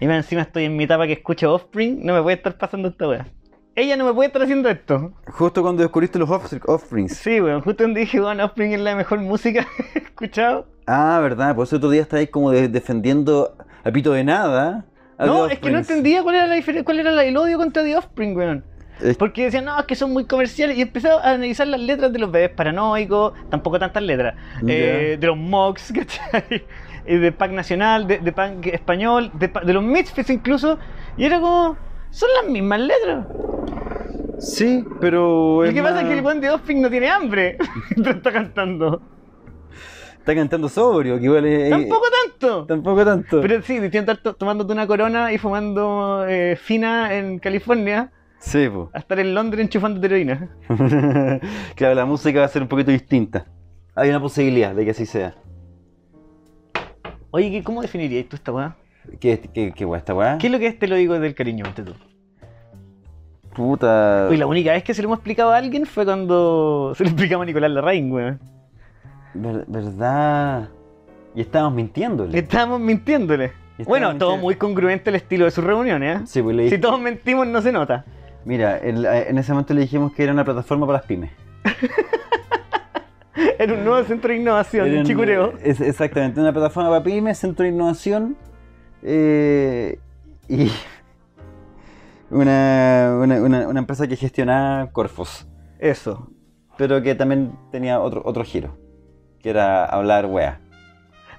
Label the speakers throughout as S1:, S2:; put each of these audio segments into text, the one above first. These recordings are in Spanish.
S1: Y más encima estoy en mi etapa que escucho Offspring, no me puede estar pasando esta weá. Ella no me puede estar haciendo esto.
S2: Justo cuando descubriste los Offsprings. Offsprings.
S1: Sí, weón, justo donde dije, bueno, Offspring es la mejor música que he escuchado.
S2: Ah, verdad, por eso otro día estáis como de- defendiendo a pito de nada. a
S1: no,
S2: The
S1: es que no
S2: Offsprings.
S1: entendía cuál era la diferencia, cuál era la- el odio contra The Offspring, weón.
S2: Es-
S1: Porque decían, no, es que son muy comerciales. Y empezaba a analizar las letras de los bebés paranoicos, tampoco tantas letras. eh, de los Mox, ¿cachai? Y de Pack Nacional, de, de Pack Español, de, pa- de los Misfits incluso. Y era como, son las mismas letras.
S2: Sí, pero.
S1: Lo
S2: es
S1: que pasa es que el
S2: Pues más-
S1: buen de Offspring no tiene hambre mientras está cantando.
S2: Está cantando sobrio, que igual es.
S1: Tampoco tanto.
S2: Tampoco Eh, tanto.
S1: Pero sí, diciendo estar to- tomándote una corona y fumando eh, fina en California,
S2: Sí, po.
S1: a estar en Londres enchufando heroína.
S2: claro, la música va a ser un poquito distinta. Hay una posibilidad de que así sea.
S1: Oye, ¿qué- ¿cómo definirías tú esta weá?
S2: ¿Qué, qué, qué guay esta weá?
S1: ¿Qué es lo que es te lo digo del cariño, ponte tú?
S2: puta?
S1: Uy, la única vez que se lo hemos explicado a alguien fue cuando se lo explicamos a Nicolás Larraín, weón.
S2: Ver- ¿Verdad? Y estábamos mintiéndole.
S1: Estábamos mintiéndole.
S2: Estábamos
S1: bueno, todo
S2: mintiendo.
S1: muy congruente al estilo de sus reuniones, ¿eh?
S2: Sí, pues, le
S1: Si
S2: dij-
S1: todos mentimos, no se nota.
S2: Mira, el- en ese momento le dijimos que era una plataforma para las pymes.
S1: Era un nuevo centro de innovación,
S2: Era
S1: en
S2: un-
S1: Chicureo.
S2: eh, es- exactamente, una plataforma para pymes, centro de innovación eh, y una, una- una- una empresa que gestionaba Corfos,
S1: Eso.
S2: pero que también tenía otro, otro giro, que era hablar wea.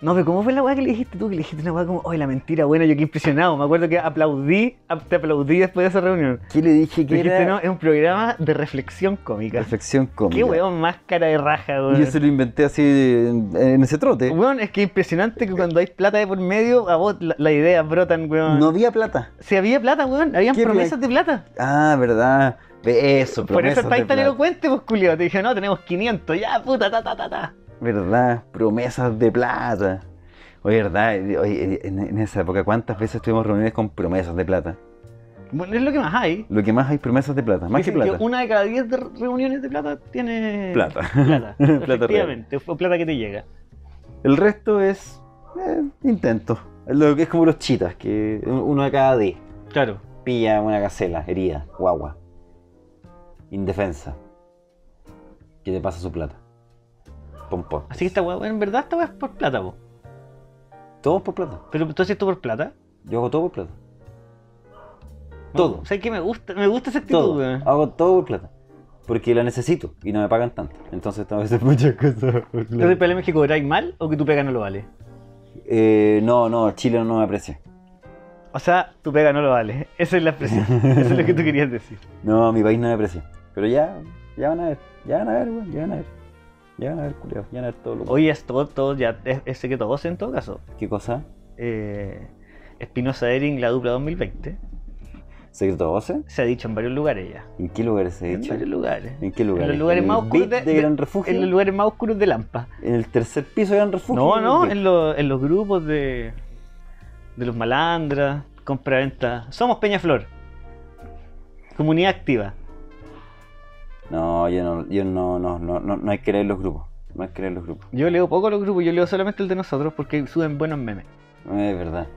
S1: No, pero ¿cómo fue la weá que le dijiste tú? Que le dijiste una weá como, ¡ay, la mentira! Bueno, yo qué impresionado. Me acuerdo que aplaudí, ap- te aplaudí después de esa reunión.
S2: ¿Qué le dije
S1: Le
S2: que
S1: dijiste,
S2: era?
S1: no, es un programa de reflexión cómica.
S2: Perfección cómica.
S1: Qué weón más cara de raja,
S2: Y
S1: weón.
S2: yo se lo inventé así en, en ese trote.
S1: Weón, es que impresionante que cuando hay plata de por medio, a vos la- las ideas brotan, weón.
S2: No había plata.
S1: Si había plata, weón, habían
S2: ¿Qué
S1: promesas de plata.
S2: Ah, verdad.
S1: Por
S2: Eso,
S1: eso
S2: promesas de
S1: estáis tan
S2: plata.
S1: elocuente, pues, culiao. Te dije, no, tenemos 500, ya, puta, ta, ta, ta, ta.
S2: ¿Verdad? Promesas de plata. Oye, ¿verdad? Oye, en, en esa época, ¿cuántas veces tuvimos reuniones con promesas de plata?
S1: Bueno, es lo que más hay.
S2: Lo que más hay promesas de plata, más que
S1: Dicen
S2: plata.
S1: una de cada 10 de- reuniones de plata tiene...
S2: Plata.
S1: Plata,
S2: Plata real.
S1: efectivamente. O plata que te llega.
S2: El resto es eh, intento. Lo que es como los chitas, que un- uno de cada diez
S1: Claro.
S2: pilla una gacela herida, guagua, indefensa, que te pasa su plata. Pompón.
S1: Así que esta weá, en verdad esta weá es por plata, po.
S2: Todo por plata.
S1: Pero entonces esto por plata.
S2: Yo hago todo por plata. Todo.
S1: O sea, que me gusta, me gusta esa actitud,
S2: Todo. Ah,
S1: weón.
S2: Hago todo por plata. Porque la necesito y no me pagan tanto. Entonces tengo que hacer muchas cosas por
S1: Entonces el
S2: plata.
S1: problema es que cobráis mal o que tu pega no lo vale.
S2: Eh, no, no, Chile no me aprecia.
S1: O sea, tu pega no lo vale. Esa es la expresión. Eso es lo que tú querías decir.
S2: No, mi país no me aprecia. Pero ya, ya van a ver. Ya van a ver, weón. Ya van a ver. Ya van a ver, culiao. Ya van a ver todo lo
S1: Hoy es todo, todo ya, es, es que todos en todo caso.
S2: ¿Qué cosa?
S1: Eh, Espinosa Ering, la dupla 2020,
S2: ¿Secreto 12?
S1: se ha dicho en varios lugares ya.
S2: ¿En qué lugar se ha
S1: En
S2: dicho?
S1: varios lugares.
S2: ¿En qué lugar?
S1: En los lugares más oscuros de,
S2: de,
S1: de-
S2: Gran Refugio.
S1: En los lugares más oscuros de Lampa.
S2: En el tercer piso de Gran Refugio.
S1: No, no,
S2: ¿En el
S1: en, los- en los grupos de, de los malandras, compra-venta. Somos Peñaflor. Comunidad activa.
S2: Big? No, yo no, yo no, no, no, no, no hay que leer los grupos. No hay que leer los grupos.
S1: Yo leo poco los grupos, yo leo solamente el de nosotros porque suben buenos memes.
S2: No es verdad.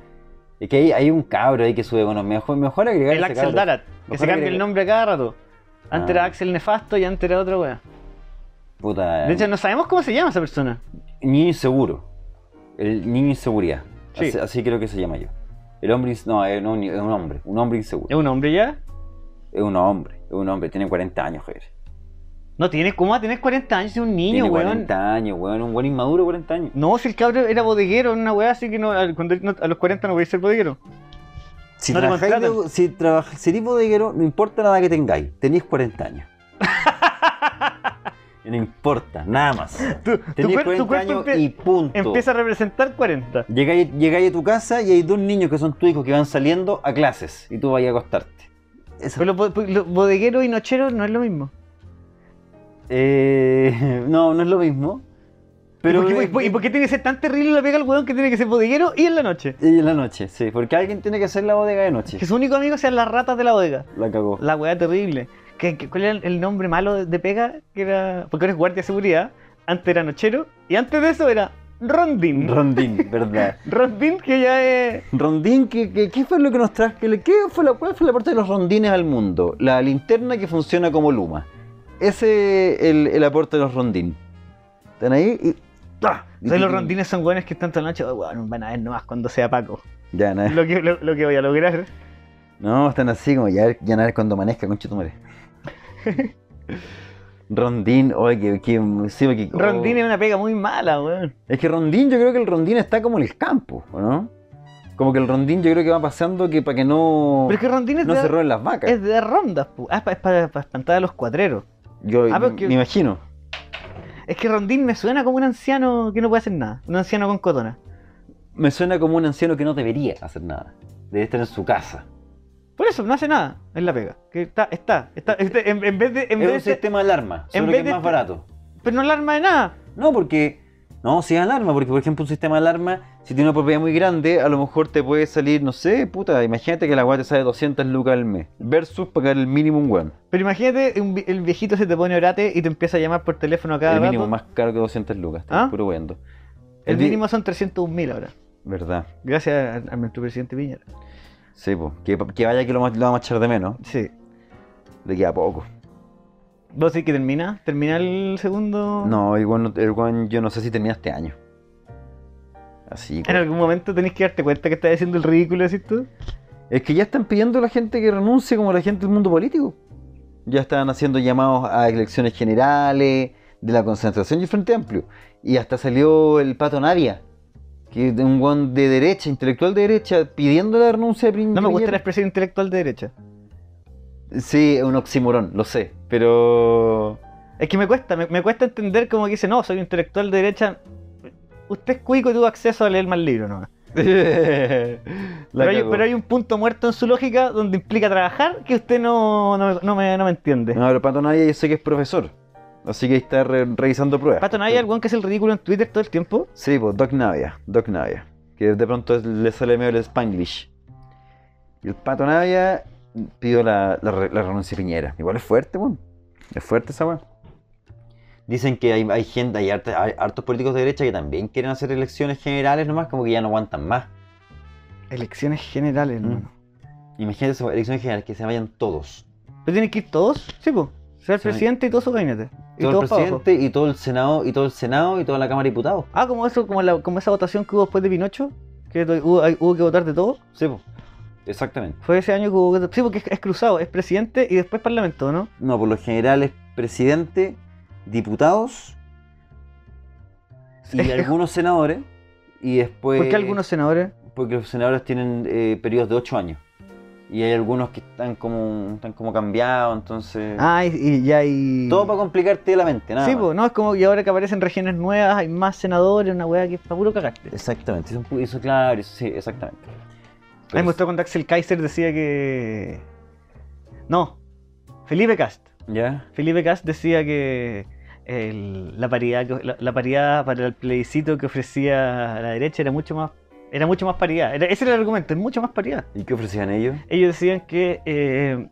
S2: Es que hay, hay un cabro ahí que sube bueno, Mejor, mejor agregar
S1: El
S2: ese
S1: Axel
S2: cabro.
S1: Darat, que
S2: Ojalá
S1: se cambia
S2: que-
S1: el nombre a cada rato. Antes
S2: Ah. Ah.
S1: era Axel Nefasto y antes era otra weá.
S2: Puta.
S1: De hecho, no sabemos cómo se llama esa persona.
S2: Niño inseguro. El niño inseguridad.
S1: Sí.
S2: Así, así creo que se llama yo. El hombre. ins- No, es un, es un hombre. Un hombre
S1: ¿Es
S2: inseguro.
S1: un hombre ya?
S2: Es un hombre. Es un hombre. Tiene 40 años, Javier.
S1: No, tienes ¿cómo va a tener 40 años? Es un niño,
S2: Tiene
S1: weón.
S2: 40 años, weón. Un buen inmaduro, 40 años.
S1: No, si el cabro era bodeguero, era una weá, así que no, al- cuando, no- a los 40 no voy a ser bodeguero.
S2: Si
S1: No te
S2: trabajáis, de-
S1: contratan.
S2: si trabajáis, si eres bodeguero, no importa nada que tengáis. Tenéis 40 años. no importa, nada más.
S1: Tu, tu
S2: Tenéis
S1: cuer- tu
S2: 40
S1: cuerpo
S2: años
S1: empie-
S2: y punto.
S1: empieza a representar 40.
S2: Llegáis, llegáis a tu casa y hay dos niños que son tus hijos que van saliendo a clases y tú vas a acostarte. Eso.
S1: Pero los, bo- los bodegueros y nocheros no es lo mismo.
S2: Eh, no, no es lo mismo. Pero eh,
S1: ¿Y, por qué, y por- y por qué tiene que ser tan terrible la pega al weón que tiene que ser bodeguero y en la noche?
S2: Y en eh, la noche, sí, porque alguien tiene que hacer la bodega de noche.
S1: Que su único amigo sean las ratas de la bodega.
S2: La cagó.
S1: La weá terrible. ¿Qué, qué- cuál era el- el nombre malo de, de pega? Que era. Porque ahora es guardia de seguridad. Antes era nochero. Y antes de eso era Rondín.
S2: Rondín, ¿verdad?
S1: Rondín que ya es...
S2: Rondín, ¿qué, qué, qué fue lo que nos trajo? ¿Qué fue la, ¿Cuál fue la parte de los rondines al mundo? La linterna que funciona como luma. Ese es el, el aporte de los rondín. Están ahí y... ¡Ah!
S1: O sea, los rondines son buenos que están toda la noche, "Oh, weón, van a ver nomás cuando sea Paco.
S2: Ya, nada.
S1: Lo que, lo, lo que voy a lograr.
S2: No, están así como ya, ya nada cuando amanezca, conchetumare. Rondín, oye, que, que- sí, que- oh.
S1: Rondín es una pega muy mala, weón.
S2: Es que Rondín, yo creo que el Rondín está como en el campo, ¿o no? Como que el Rondín yo creo que va pasando que para que no,
S1: Pero es que Rondín es,
S2: no
S1: de,
S2: se roben las vacas.
S1: es de dar rondas, pu. Ah, es para espantar a los cuatreros.
S2: Yo
S1: Ah, pero
S2: me,
S1: que-
S2: me imagino.
S1: Es que Rondín me suena como un anciano que no puede hacer nada. Un anciano con cotona.
S2: Me suena como un anciano que no debería hacer nada. Debe estar en su casa.
S1: Por eso, no hace nada. Es la pega. Que está, está, está. está- en, en vez de. En
S2: es un
S1: vez de-
S2: sistema de alarma,
S1: en vez
S2: solo que es
S1: de
S2: más
S1: este-
S2: barato.
S1: pero no alarma de nada.
S2: No, porque... No, si es alarma, porque por ejemplo un sistema de alarma, si tiene una propiedad muy grande, a lo mejor te puede salir, no sé, puta, imagínate que la weá te sale 200 lucas al mes, versus pagar el mínimo un weón.
S1: Pero imagínate, un vi- el viejito se te pone orate y te empieza a llamar por teléfono a cada
S2: El mínimo
S1: rato.
S2: más caro que 200 lucas, te
S1: ¿Ah?
S2: puro weando.
S1: El
S2: di-
S1: mínimo son 301.000 ahora.
S2: Verdad.
S1: Gracias a, a nuestro presidente Piñera.
S2: Sí, po. Que, que vaya que lo, ma- lo vamos a echar de menos.
S1: Sí.
S2: De que a poco.
S1: ¿Vos sí que termina? ¿Termina el segundo?
S2: No, el weón, no- el weón, yo no sé si termina este año. Así
S1: En
S2: que.
S1: algún momento tenés que darte cuenta que estás haciendo el ridículo, decís tú.
S2: Es que ya están pidiendo a la gente que renuncie como la gente del mundo político. Ya están haciendo llamados a elecciones generales, de la concentración y el Frente Amplio. Y hasta salió el pato Navia, que es un weón de derecha, intelectual de derecha, pidiendo la renuncia de Pin-
S1: No me gusta la
S2: Piñera.
S1: expresión intelectual de derecha.
S2: Sí, es un oxímoron, lo sé. Pero.
S1: Es que me cuesta, me, me cuesta entender como que dice, no, soy intelectual de derecha. Usted es cuico y tuvo acceso a leer más libros, ¿no?
S2: La
S1: Pero hay,
S2: cagó.
S1: pero hay un punto muerto en su lógica donde implica trabajar que usted no, no, me- no me, no me entiende.
S2: No, pero Pato Naya yo sé que es profesor. Así que está re- revisando pruebas.
S1: Pato, ¿no hay alguien que es el ridículo en Twitter todo el tiempo?
S2: Sí, pues Doc Navia. Doc Navia. Que de pronto es- le sale medio el Spanglish. Y el Pato Navia pidió la, la re- la renuncia de Piñera. Igual es fuerte, weón. Es fuerte esa weón. Dicen que hay, hay gente, hay, harta- hay hartos políticos de derecha que también quieren hacer elecciones generales nomás, como que ya no aguantan más.
S1: Elecciones generales, hermano.
S2: Imagínate esas elecciones generales que se vayan todos.
S1: ¿Pero tienen que ir todos? Sí, pues. Sea el
S2: Sí.
S1: presidente y todo su gabinete. Y
S2: Todo el
S1: todos para abajo.
S2: presidente y todo el Senado y todo el Senado y toda la Cámara de Diputados.
S1: Ah, como eso, como, la, como esa votación que hubo después de Pinocho, que to- hubo, hay- hubo que votar de todo.
S2: Sí, pues. Exactamente.
S1: Fue ese año que hubo que... Sí, porque es, es cruzado, es presidente y después parlamento, ¿no?
S2: No, por lo general es presidente, diputados y
S1: Es- es-
S2: algunos senadores. Y después.
S1: ¿Por qué algunos senadores?
S2: Porque los senadores tienen eh, periodos de 8 años. Y hay algunos que están como están como cambiados, entonces.
S1: Ah, y, y ya hay...
S2: Todo para complicarte la mente, nada.
S1: Sí,
S2: más.
S1: pues, no, es como que ahora que aparecen regiones nuevas, hay más senadores, una weá que es para puro cagarte.
S2: Exactamente, eso, es un pu- eso claro, eso sí, exactamente.
S1: A mí me gustó cuando Axel Kaiser decía que... No, Felipe Cast.
S2: ¿Ya?
S1: Felipe Cast decía que el- la, paridad, que- la, la paridad para el plebiscito que ofrecía la derecha era mucho más era mucho más paridad. Era- ese era el argumento, es mucho más paridad.
S2: ¿Y qué ofrecían ellos?
S1: Ellos decían que eh,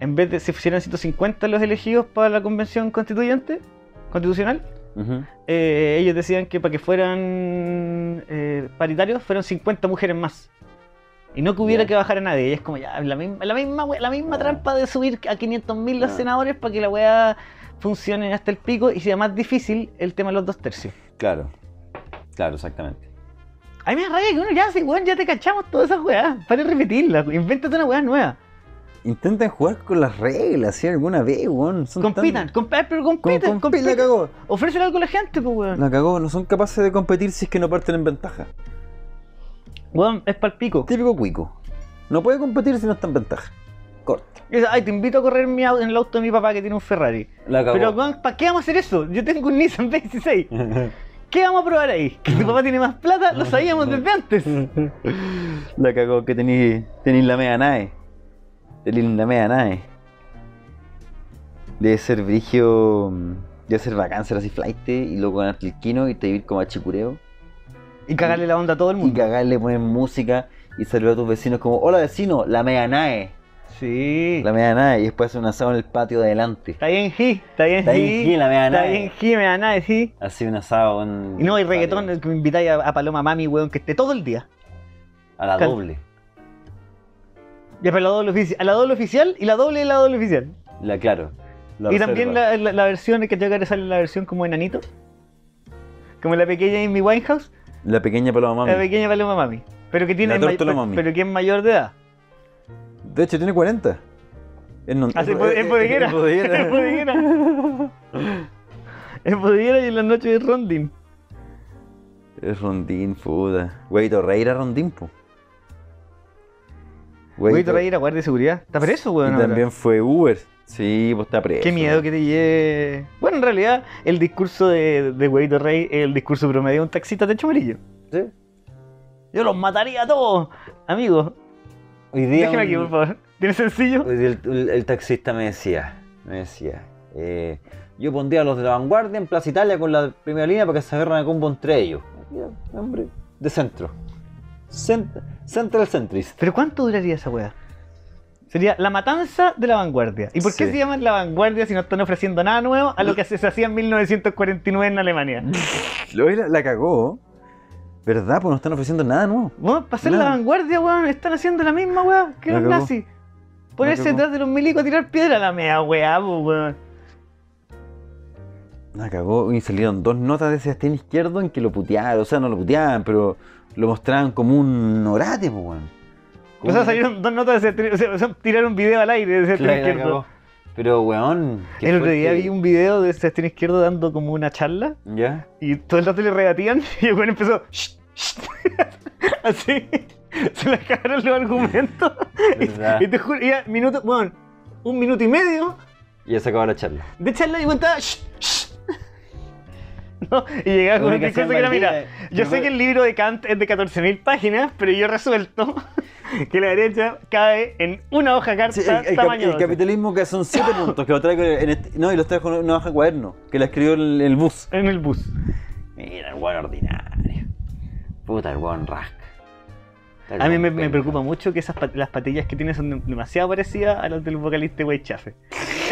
S1: en vez de si fueran 150 los elegidos para la convención constituyente, constitucional,
S2: Ujú.
S1: eh, ellos decían que para que fueran eh, paritarios fueron 50 mujeres más. Y no que hubiera
S2: Ya.
S1: que bajar a nadie. Y es como ya, la misma, la misma, we- la misma
S2: Ah.
S1: trampa de subir a 500.000 los
S2: Ah.
S1: senadores para que la weá funcione hasta el pico y sea más difícil el tema de los dos tercios.
S2: Claro, claro, exactamente.
S1: A mí me da rabia que uno ya hace, weón, ya te cachamos todas esas weas. Para de repetirlas, invéntate una weá nueva.
S2: Intentan jugar con las reglas, ¿sí? Alguna vez, weón. Son tan-
S1: Compitan, compa- pero
S2: Com-
S1: compiten,
S2: com- La
S1: compiten.
S2: cagó.
S1: Ofrecen algo a la gente, pues weón.
S2: La cagó. No son capaces de competir si es que no parten en ventaja.
S1: Weón, es pa'l pico.
S2: Típico cuico. No puede competir si no está en ventaja. Corta.
S1: Y dice, Ay, te invito a correr en mi au- en el auto de mi papá que tiene un Ferrari.
S2: La
S1: Pero, weón, ¿para qué vamos a hacer eso? Yo tengo un Nissan 26. ¿Qué vamos a probar ahí? Que tu papá tiene más plata, lo sabíamos desde antes.
S2: la cagó que tenéis la mea nae. Tenéis la mea nae. Debe ser brigio. mm, Debe ser bacán ser así flight y luego ganarte el quino y te vivir como a chicureo.
S1: Y cagarle la onda a todo el
S2: Y
S1: mundo.
S2: cagarle, poner música y saludar a tus vecinos como: Hola vecino, la mea nae.
S1: Sí.
S2: La media nada y después hace un asado en el patio de adelante.
S1: Está bien, G. Está bien,
S2: Está bien, G,
S1: G.
S2: la media
S1: Está
S2: nada.
S1: bien, G, me da nada, sí.
S2: Así un asado en.
S1: Y no, hay
S2: el patio.
S1: reggaetón que me invitáis a, a Paloma Mami, weón, que esté todo el día.
S2: A la
S1: Cal-
S2: doble.
S1: Ya, pero la doble oficial, a la doble oficial y la doble de la doble oficial.
S2: La, claro. la
S1: y
S2: reserva.
S1: también la, la, la versión que tengo que sale la versión como enanito. Como la pequeña Amy Winehouse,
S2: La pequeña paloma
S1: la
S2: mami.
S1: pequeña Paloma Mami. Pero que tiene
S2: La tórtola
S1: pero-
S2: mami.
S1: pero que es mayor de edad.
S2: De hecho, tiene 40. Es, non-
S1: Así
S2: es-
S1: po-
S2: es-
S1: Ah, es bodeguera.
S2: es bodeguera.
S1: Es bodeguera. Es bodeguera y en las noches es rondín.
S2: Es rondín, puta. Güey, Torreira rondín, po.
S1: Voy a
S2: Torreira
S1: traer a guardia de seguridad. Está preso,
S2: Y
S1: weón. ahora.
S2: también fue Uber. Sí, pues está preso.
S1: Qué miedo que te lleve. Bueno, en realidad, el discurso de, de Huevito Rey es el discurso promedio de un taxista de amarillo.
S2: Sí.
S1: Yo los mataría a todos, amigo.
S2: Hoy día,
S1: Déjeme
S2: un-
S1: aquí, por favor. ¿Tienes sencillo?
S2: hoy día el, el- el taxista me decía, me decía, eh, yo pondría a los de la vanguardia en Plaza Italia con la primera línea para que se agarran a combo entre ellos. Ya, Hombre, de centro. Cent- Central Centrist.
S1: ¿Pero cuánto duraría esa weá? Sería la matanza de la vanguardia. ¿Y por qué
S2: Sí.
S1: se llaman la vanguardia si no están ofreciendo nada nuevo a lo que se se hacía en 1949 en Alemania?
S2: Hoy la, cagó. ¿Verdad? Pues no están ofreciendo nada nuevo.
S1: Bueno, para ser
S2: Nada.
S1: la vanguardia, weón, están haciendo la misma weá que
S2: La
S1: los
S2: cagó.
S1: nazis. Ponerse
S2: cagó.
S1: detrás de los milicos a tirar piedra a la media weá, po, weón.
S2: La cagó y salieron dos notas de Sebastián Izquierdo en que lo puteaban. O sea, no lo puteaban, pero lo mostraban como un orate, pues, weón.
S1: O sea, salieron dos notas, de ese- o sea, o sea, tiraron un video al aire de Sebastián
S2: Claro, la
S1: Izquierdo.
S2: cagó. Pero, weón. qué
S1: El otro día
S2: fuerte.
S1: vi un video de Sebastián Izquierdo dando como una charla
S2: ¿Ya?
S1: y todo el rato le regatían y el weón empezó "Shh, shh", así. Se le acabaron los argumentos.
S2: Verdad.
S1: Y, y te juro, ya, minuto, bueno, un minuto y medio
S2: Y ya se acabó la charla.
S1: de charla y cuenta. "Shh, shh". No, y llegaba con una cosa
S2: Comunicación
S1: que era, mira,
S2: Valdivia,
S1: yo
S2: yo
S1: sé
S2: creo-
S1: que el libro de Kant es de 14.000 páginas, pero yo resuelto que la derecha cae en una hoja carta
S2: Sí, el, el cap-
S1: tamaño
S2: el
S1: 12".
S2: capitalismo que son siete puntos que lo traigo en este- No, y los traigo en una hoja de cuaderno, que la escribió el, el bus.
S1: en el bus.
S2: Mira, el weón ordinario. Puta, el weón rasca. Puta, el
S1: A mí
S2: weón
S1: me, me
S2: penca.
S1: preocupa mucho que esas pat- las patillas que tiene son dem- demasiado parecidas a las del vocalista Wey Chafe.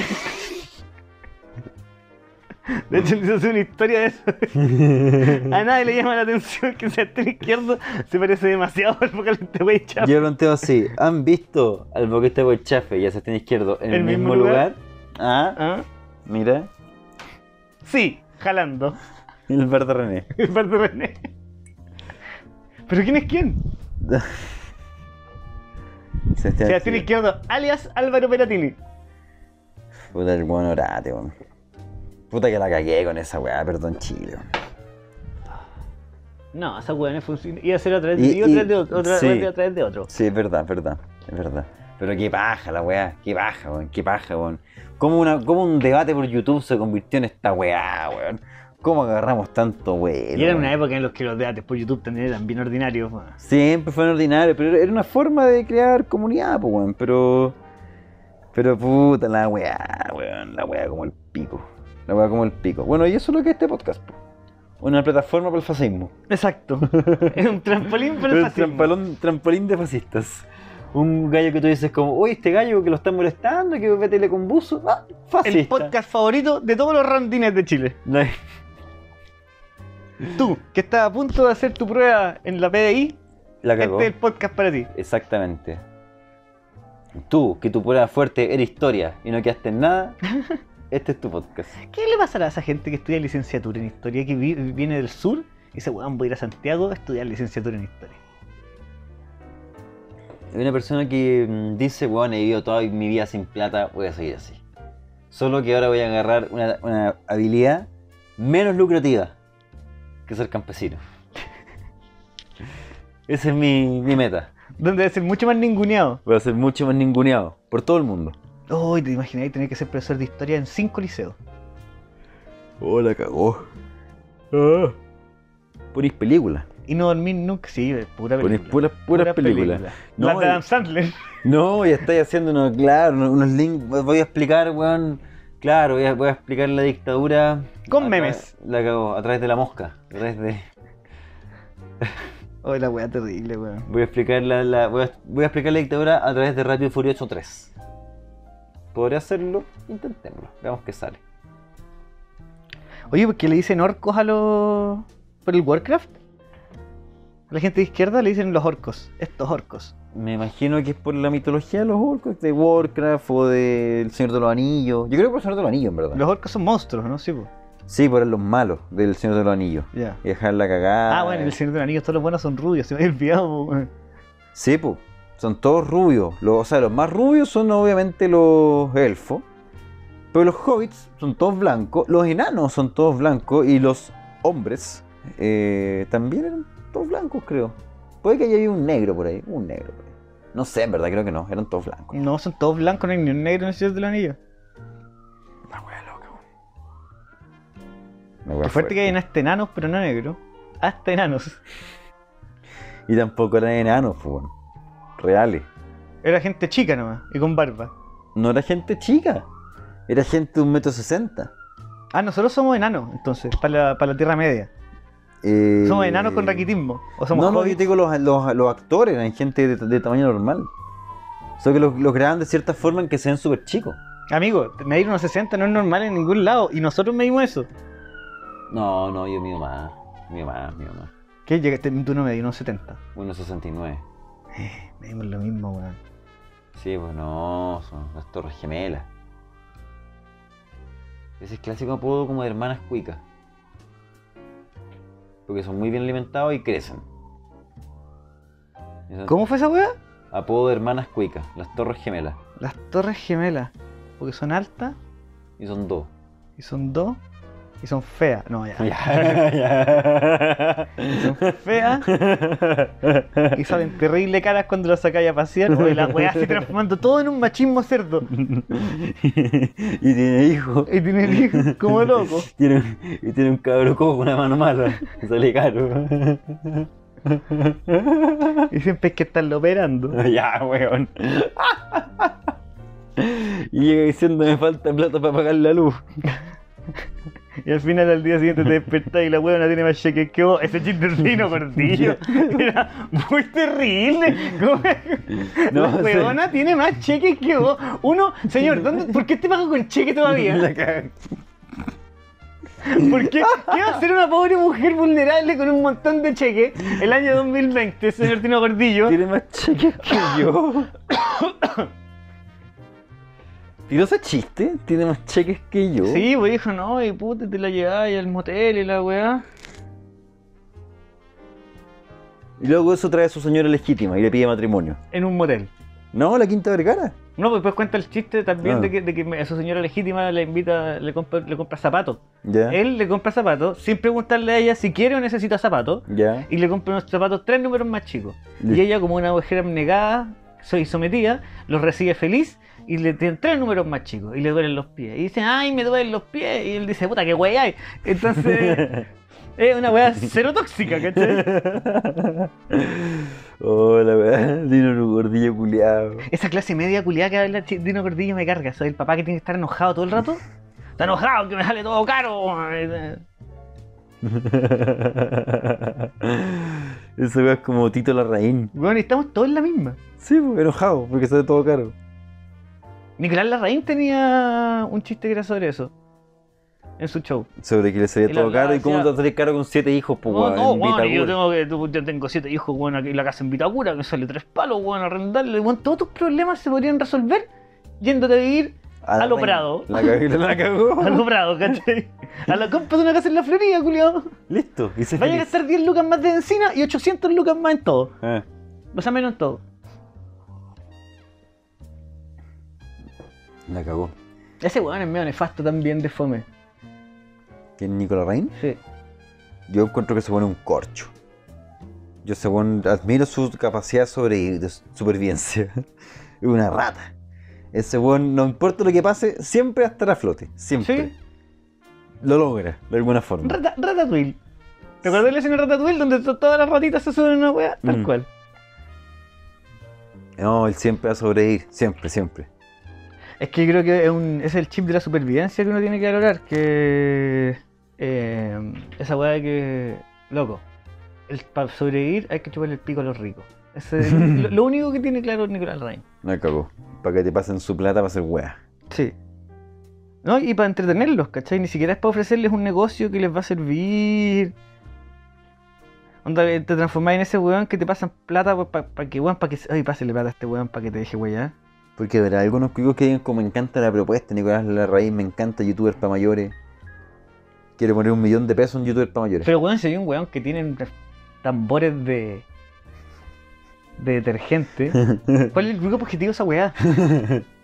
S1: De hecho, les hace una historia de eso. A nadie le llama la atención que Sebastián Izquierdo se parece demasiado al vocalista Wey Chafe.
S2: Yo planteo así: ¿han visto al boquete de Chafe y a Sebastián Izquierdo en el, mismo, lugar? Ah,
S1: ¿Ah?
S2: mira,
S1: Sí, jalando.
S2: el verde René.
S1: Parte René. ¿Pero quién es quién?
S2: Sebastián
S1: Sebastián
S2: Izquierdo.
S1: Izquierdo, alias Álvaro Peratini.
S2: Puta, el weón orate, weón. Puta que la cagué con esa weá, perdón, Chile. weón.
S1: No, esa weá no funciona. Iba a ser otra vez
S2: Y-
S1: de, y, otra
S2: y-
S1: vez de otro, otra
S2: sí.
S1: vez de, otra vez de otro.
S2: Sí, es verdad, es verdad, es verdad. Pero qué paja la weá, qué paja, weón, qué paja, weón. ¿Cómo, una, cómo un debate por YouTube se convirtió en esta weá, weón? ¿Cómo agarramos tanto weón?
S1: Y era una época en la que los debates por YouTube también eran bien ordinarios. weón.
S2: Siempre fue ordinario, pero era una forma de crear comunidad, pues, weón. Pero. Pero puta, la weá, weón, la weá como el pico. La weá como el pico. Bueno, y eso es lo que es este podcast, po. Una plataforma para el fascismo.
S1: Exacto. es un trampolín para el
S2: Pero el
S1: fascismo.
S2: trampolón- trampolín de fascistas. Un gallo que tú dices como, uy, este gallo que lo están molestando, que vete le con buzo. Ah, fascista.
S1: El podcast favorito de todos los rondines de Chile.
S2: No,
S1: Tú, que estás a punto de hacer tu prueba en la PDI,
S2: La cagó.
S1: este es el podcast para ti.
S2: Exactamente. Tú, que tu prueba fuerte era historia y no quedaste en nada, este es tu podcast.
S1: ¿Qué le pasará a esa gente que estudia licenciatura en historia, que vi- viene del sur y dice, weón, voy a ir a Santiago a estudiar licenciatura en historia?
S2: Hay una persona que mm, dice, weón, he vivido toda mi vida sin plata, voy a seguir así. Solo que ahora voy a agarrar una, una habilidad menos lucrativa que ser campesino. Esa es mi, mi meta.
S1: Donde debe ser mucho más ninguneado.
S2: Voy a ser mucho más ninguneado por todo el mundo.
S1: Uy, te imagináis tener que ser profesor de historia en cinco liceos.
S2: Oh, la cagó. Ponís películas.
S1: Y no dormir nunca, sí, eh, pura
S2: Ponís
S1: película.
S2: puras, puras películas. No,
S1: Las de
S2: y-
S1: Adam Sandler.
S2: No, ya estáis haciendo unos, claro, unos- unos links. Voy a explicar, weón. Claro, voy a, voy a explicar la dictadura.
S1: Con
S2: a tra-
S1: memes.
S2: La cagó, a través de la mosca. A través de.
S1: Oh, la weá terrible, weón.
S3: Voy a explicar la, la- voy, a, voy a explicar la dictadura a través de Rápido y Furioso 3. ¿Podré hacerlo? Intentémoslo. Veamos qué sale.
S1: Oye, ¿por qué le dicen orcos a los. por el Warcraft? A la gente de izquierda le dicen los orcos, estos orcos.
S2: Me imagino que es por la mitología de los orcos, de Warcraft o del Señor de los Anillos. Yo creo que por el Señor de los Anillos, en verdad.
S1: Los orcos son monstruos, ¿no? Sí, po.
S2: Sí, por los malos del Señor de los Anillos.
S1: Ya.
S2: Y dejar la cagada.
S1: Ah, bueno, el Señor de los Anillos, todos los buenos son rubios, se me había olvidado, po.
S2: Sí, po. Son todos rubios. Los, o sea, los más rubios son obviamente los elfos. Pero los hobbits son todos blancos. Los enanos son todos blancos. Y los hombres eh, también eran todos blancos, creo. Puede que haya habido un negro por ahí. Un negro por ahí. No sé, en verdad, creo que no. Eran todos blancos.
S1: No, son todos blancos, no hay ni un negro en el Señor de los Anillos.
S2: Una wea loca, weón. Una
S1: Qué
S2: wea
S1: fuerte que hayan hasta enanos, pero no negros. Hasta enanos.
S2: Y tampoco eran enanos, pues, weón. Reales.
S1: Era gente chica nomás, y con barba.
S2: No era gente chica. Era gente de un metro sesenta.
S1: Ah, nosotros somos enanos, entonces, para la, para la Tierra Media.
S2: Eh,
S1: Somos enanos con raquitismo. O somos
S2: No, no, yo
S1: hobbits.
S2: te digo los, los- los actores, eran gente de, de tamaño normal. Solo que los, los graban de cierta forma en que se ven súper chicos.
S1: Amigo, medir unos 60 no es normal en ningún lado, y nosotros medimos eso.
S3: No, no, yo mío más. Mío más, mío más.
S1: ¿Qué? Llegaste, tú no medí unos 70.
S3: 1,69.
S1: Medimos lo mismo, weón.
S3: Sí, pues no, son las torres gemelas. Ese es clásico apodo como de hermanas cuicas. Porque son muy bien alimentados y crecen. Ese
S1: ¿Cómo fue esa weá?
S3: Apodo de hermanas cuicas, las torres gemelas.
S1: Las torres gemelas. Porque son altas,
S3: Y son dos.
S1: y son dos, y son feas. No, ya.
S3: ya.
S1: Son feas. Y salen terrible caras cuando las sacáis a pasear. Oye, la weá se transformando todo en un machismo cerdo.
S3: y tiene hijos.
S1: Y tiene el hijo como loco.
S3: Tiene, un- y tiene un cabro cojo con una mano mala. Sale caro.
S1: Y siempre hay que estarlo operando.
S3: ya, weón. y llega diciendo me falta plata para pagar la luz.
S1: Y al final al día siguiente te despertás y la huevona tiene más cheque que vos. Ese chistecino gordillo. Era muy terrible. ¿Cómo es?
S3: No,
S1: la
S3: sí.
S1: huevona tiene más cheques que vos. Uno, señor, ¿dónde, ¿por qué te pago con cheque todavía?
S3: La caga.
S1: ¿Por qué? ¿Qué va a hacer una pobre mujer vulnerable con un montón de cheques el año 2020, señor Tino Gordillo?
S3: tiene más cheques que yo. ¿Tiró ese chiste? Tiene más cheques que yo.
S1: Sí, pues dijo, no, y puta, te la lleváis al motel y la weá.
S2: Y luego eso trae a su señora legítima y le pide matrimonio.
S1: En un motel.
S2: No, la Quinta Vergara.
S1: No, pues después cuenta el chiste también
S2: Ah.
S1: de, que, de que a su señora legítima le invita, le compra, le compra zapatos.
S2: Ya.
S1: Él le compra zapatos sin preguntarle a ella si quiere o necesita zapatos.
S2: Ya.
S1: Y le compra unos zapatos tres números más chicos.
S2: Listo.
S1: Y ella, como una mujer abnegada, soy sometida, los recibe feliz y le tienen tres números más chicos. Y le duelen los pies. Y dice, ay, me duelen los pies. Y él dice, puta, qué weá hay. Entonces, es una weá cero tóxica, ¿cachai?
S2: Hola, weón. Oh, Dino gordillo culiado.
S1: Esa clase media culiada que habla Chi- Dino Gordillo me carga. Soy el papá que tiene que estar enojado todo el rato. Está enojado, que me sale todo caro.
S2: Ese weón es como Tito Larraín.
S1: Bueno, estamos todos en la misma.
S2: Sí, pues, enojado, porque sale todo caro.
S1: Nicolás Larraín tenía un chiste que era sobre eso. En su show.
S2: Sobre que le salía
S1: Y
S2: todo
S1: la- la
S2: caro. ¿Y cómo te
S1: hacía-
S2: va a salir caro con siete hijos, pues,
S1: No,
S2: weón?
S1: no,
S2: en
S1: weón, y yo
S2: Vitacura?
S1: tengo que, tú- yo tengo siete hijos, weón, aquí en la casa en Vitacura, que sale tres palos, weón, arrendarle, weón, todos tus problemas se podrían resolver yéndote a vivir
S2: A la
S1: a lo
S2: reina.
S1: Prado.
S2: La cagó. La cagó.
S1: a lo Prado, ¿cachai? A la compra de una casa en la Florida, culiao.
S2: Listo. Y se
S1: Vaya a gastar 10 lucas más de encina y 800 lucas más en todo.
S2: Ah,
S1: O sea, menos en todo.
S2: la cagó.
S1: Ese weón es medio nefasto también de fome.
S2: ¿Quién es Nicolás Rain?
S1: Sí.
S2: Yo encuentro que se pone un corcho. Yo se pone- admiro su capacidad sobre, de supervivencia. Es una rata. Ese weón, no importa lo que pase, siempre va a estar a flote. Siempre.
S1: Sí.
S2: Lo logra, de alguna forma.
S1: Rata, Ratatouille. ¿Te acuerdas de la escena de Ratatouille donde to- todas las ratitas se suben a una weá? Tal
S2: Mm.
S1: cual.
S2: No, él siempre va a sobrevivir. Siempre, siempre.
S1: Es que yo creo que es, un- es el chip de la supervivencia que uno tiene que valorar, que eh, esa weá de que, loco, el- para sobrevivir hay que chupar el pico a los ricos. Ese es lo, lo único que tiene claro Nicolás Larraín.
S2: No cagó. Para que te pasen su plata para hacer weá.
S1: Sí. ¿No? Y para entretenerlos, ¿cachai? Ni siquiera es para ofrecerles un negocio que les va a servir. Onda, eh, te transformás en ese weón que te pasan plata para que weón, para que. Ay, pásale plata a este weón para que te deje weá.
S2: Porque habrá algunos cuicos que digan como me encanta la propuesta, Nicolás Larraín, me encanta youtuber para mayores. Quiero poner un millón de pesos en youtuber para mayores.
S1: Pero weón, si hay un weón que tiene tambores de. de detergente. ¿Cuál es el grupo objetivo de esa weá?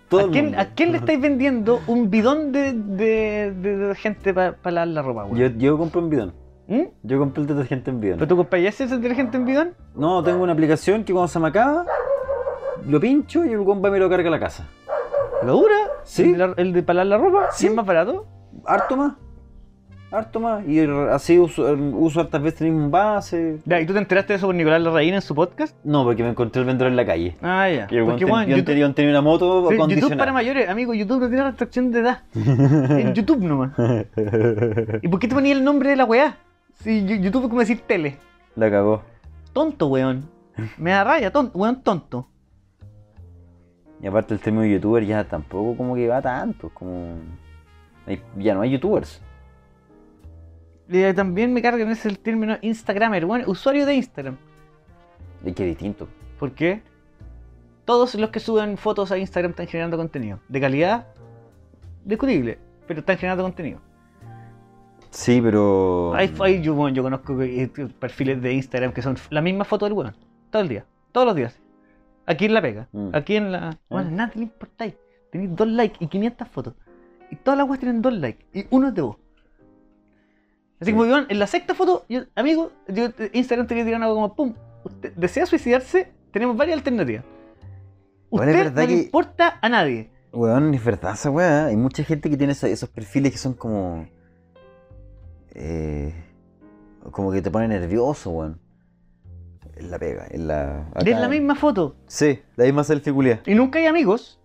S3: Todo
S1: ¿A
S3: el
S1: quién,
S3: mundo.
S1: a quién le estáis vendiendo un bidón de, de, de detergente para lavar la ropa,
S3: Yo,
S1: weón?
S3: yo compré un bidón.
S1: ¿Mm?
S3: Yo compré el detergente en bidón.
S1: ¿Pero tú compras ese detergente en bidón?
S3: No, tengo una aplicación que cuando se me acaba, lo pincho y el weón va y me lo carga a la casa.
S1: ¿Lo dura?
S3: Sí.
S1: ¿El de, la- el de palar la ropa?
S3: Sí.
S1: ¿Sí? ¿Es más barato?
S3: Harto más. Harto más. Y así uso, uso hartas veces el mismo envase.
S1: Ya, ¿Y tú te enteraste de eso por Nicolás Larraín en su podcast?
S3: No, porque me encontré el vendedor en la calle.
S1: Ah, ya.
S3: Y el
S1: Porque,
S3: weón ten-
S1: weón,
S3: yo,
S1: YouTube,
S3: tenía, yo tenía una moto
S1: sí, YouTube para
S3: acondicionada.
S1: mayores, amigo, YouTube no tiene restricción de edad. en YouTube nomás. ¿Y por qué te ponía el nombre de la weá? Si yo- YouTube es como decir tele.
S2: La cagó.
S1: Tonto, weón. Me da raya, ton- weón tonto.
S2: Y aparte el término youtuber ya tampoco como que va tanto. Como... hay- ya no hay youtubers.
S1: Y eh, también me cargan ese el término Instagramer, weón, usuario de Instagram.
S2: Es que es distinto.
S1: ¿Por qué? Todos los que suben fotos a Instagram están generando contenido. De calidad, discutible, pero están generando contenido.
S2: Sí, pero...
S1: Hay, hay- yo, bueno, yo conozco eh, perfiles de Instagram que son la misma foto del weón. Todo el día, todos los días. Aquí en la pega,
S2: Mm.
S1: aquí en la. Bueno, nada te le importáis. Tenéis dos likes y 500 fotos. Y todas las weas tienen dos likes y uno es de vos. Así que,
S2: Sí.
S1: weón, en la sexta foto, yo- amigo, yo, eh, Instagram te tirar algo como: pum, usted desea suicidarse, tenemos varias alternativas.
S2: Bueno,
S1: Usted
S2: es
S1: no le
S2: verdad que-
S1: importa a nadie.
S2: Weón, es verdad esa weá. Hay mucha gente que tiene esa- esos perfiles que son como. eh, como que te pone nervioso, weón. Es la pega, es la.
S1: Es
S2: acá-
S1: la misma foto.
S2: Sí, la misma selfie culia.
S1: Y nunca hay amigos.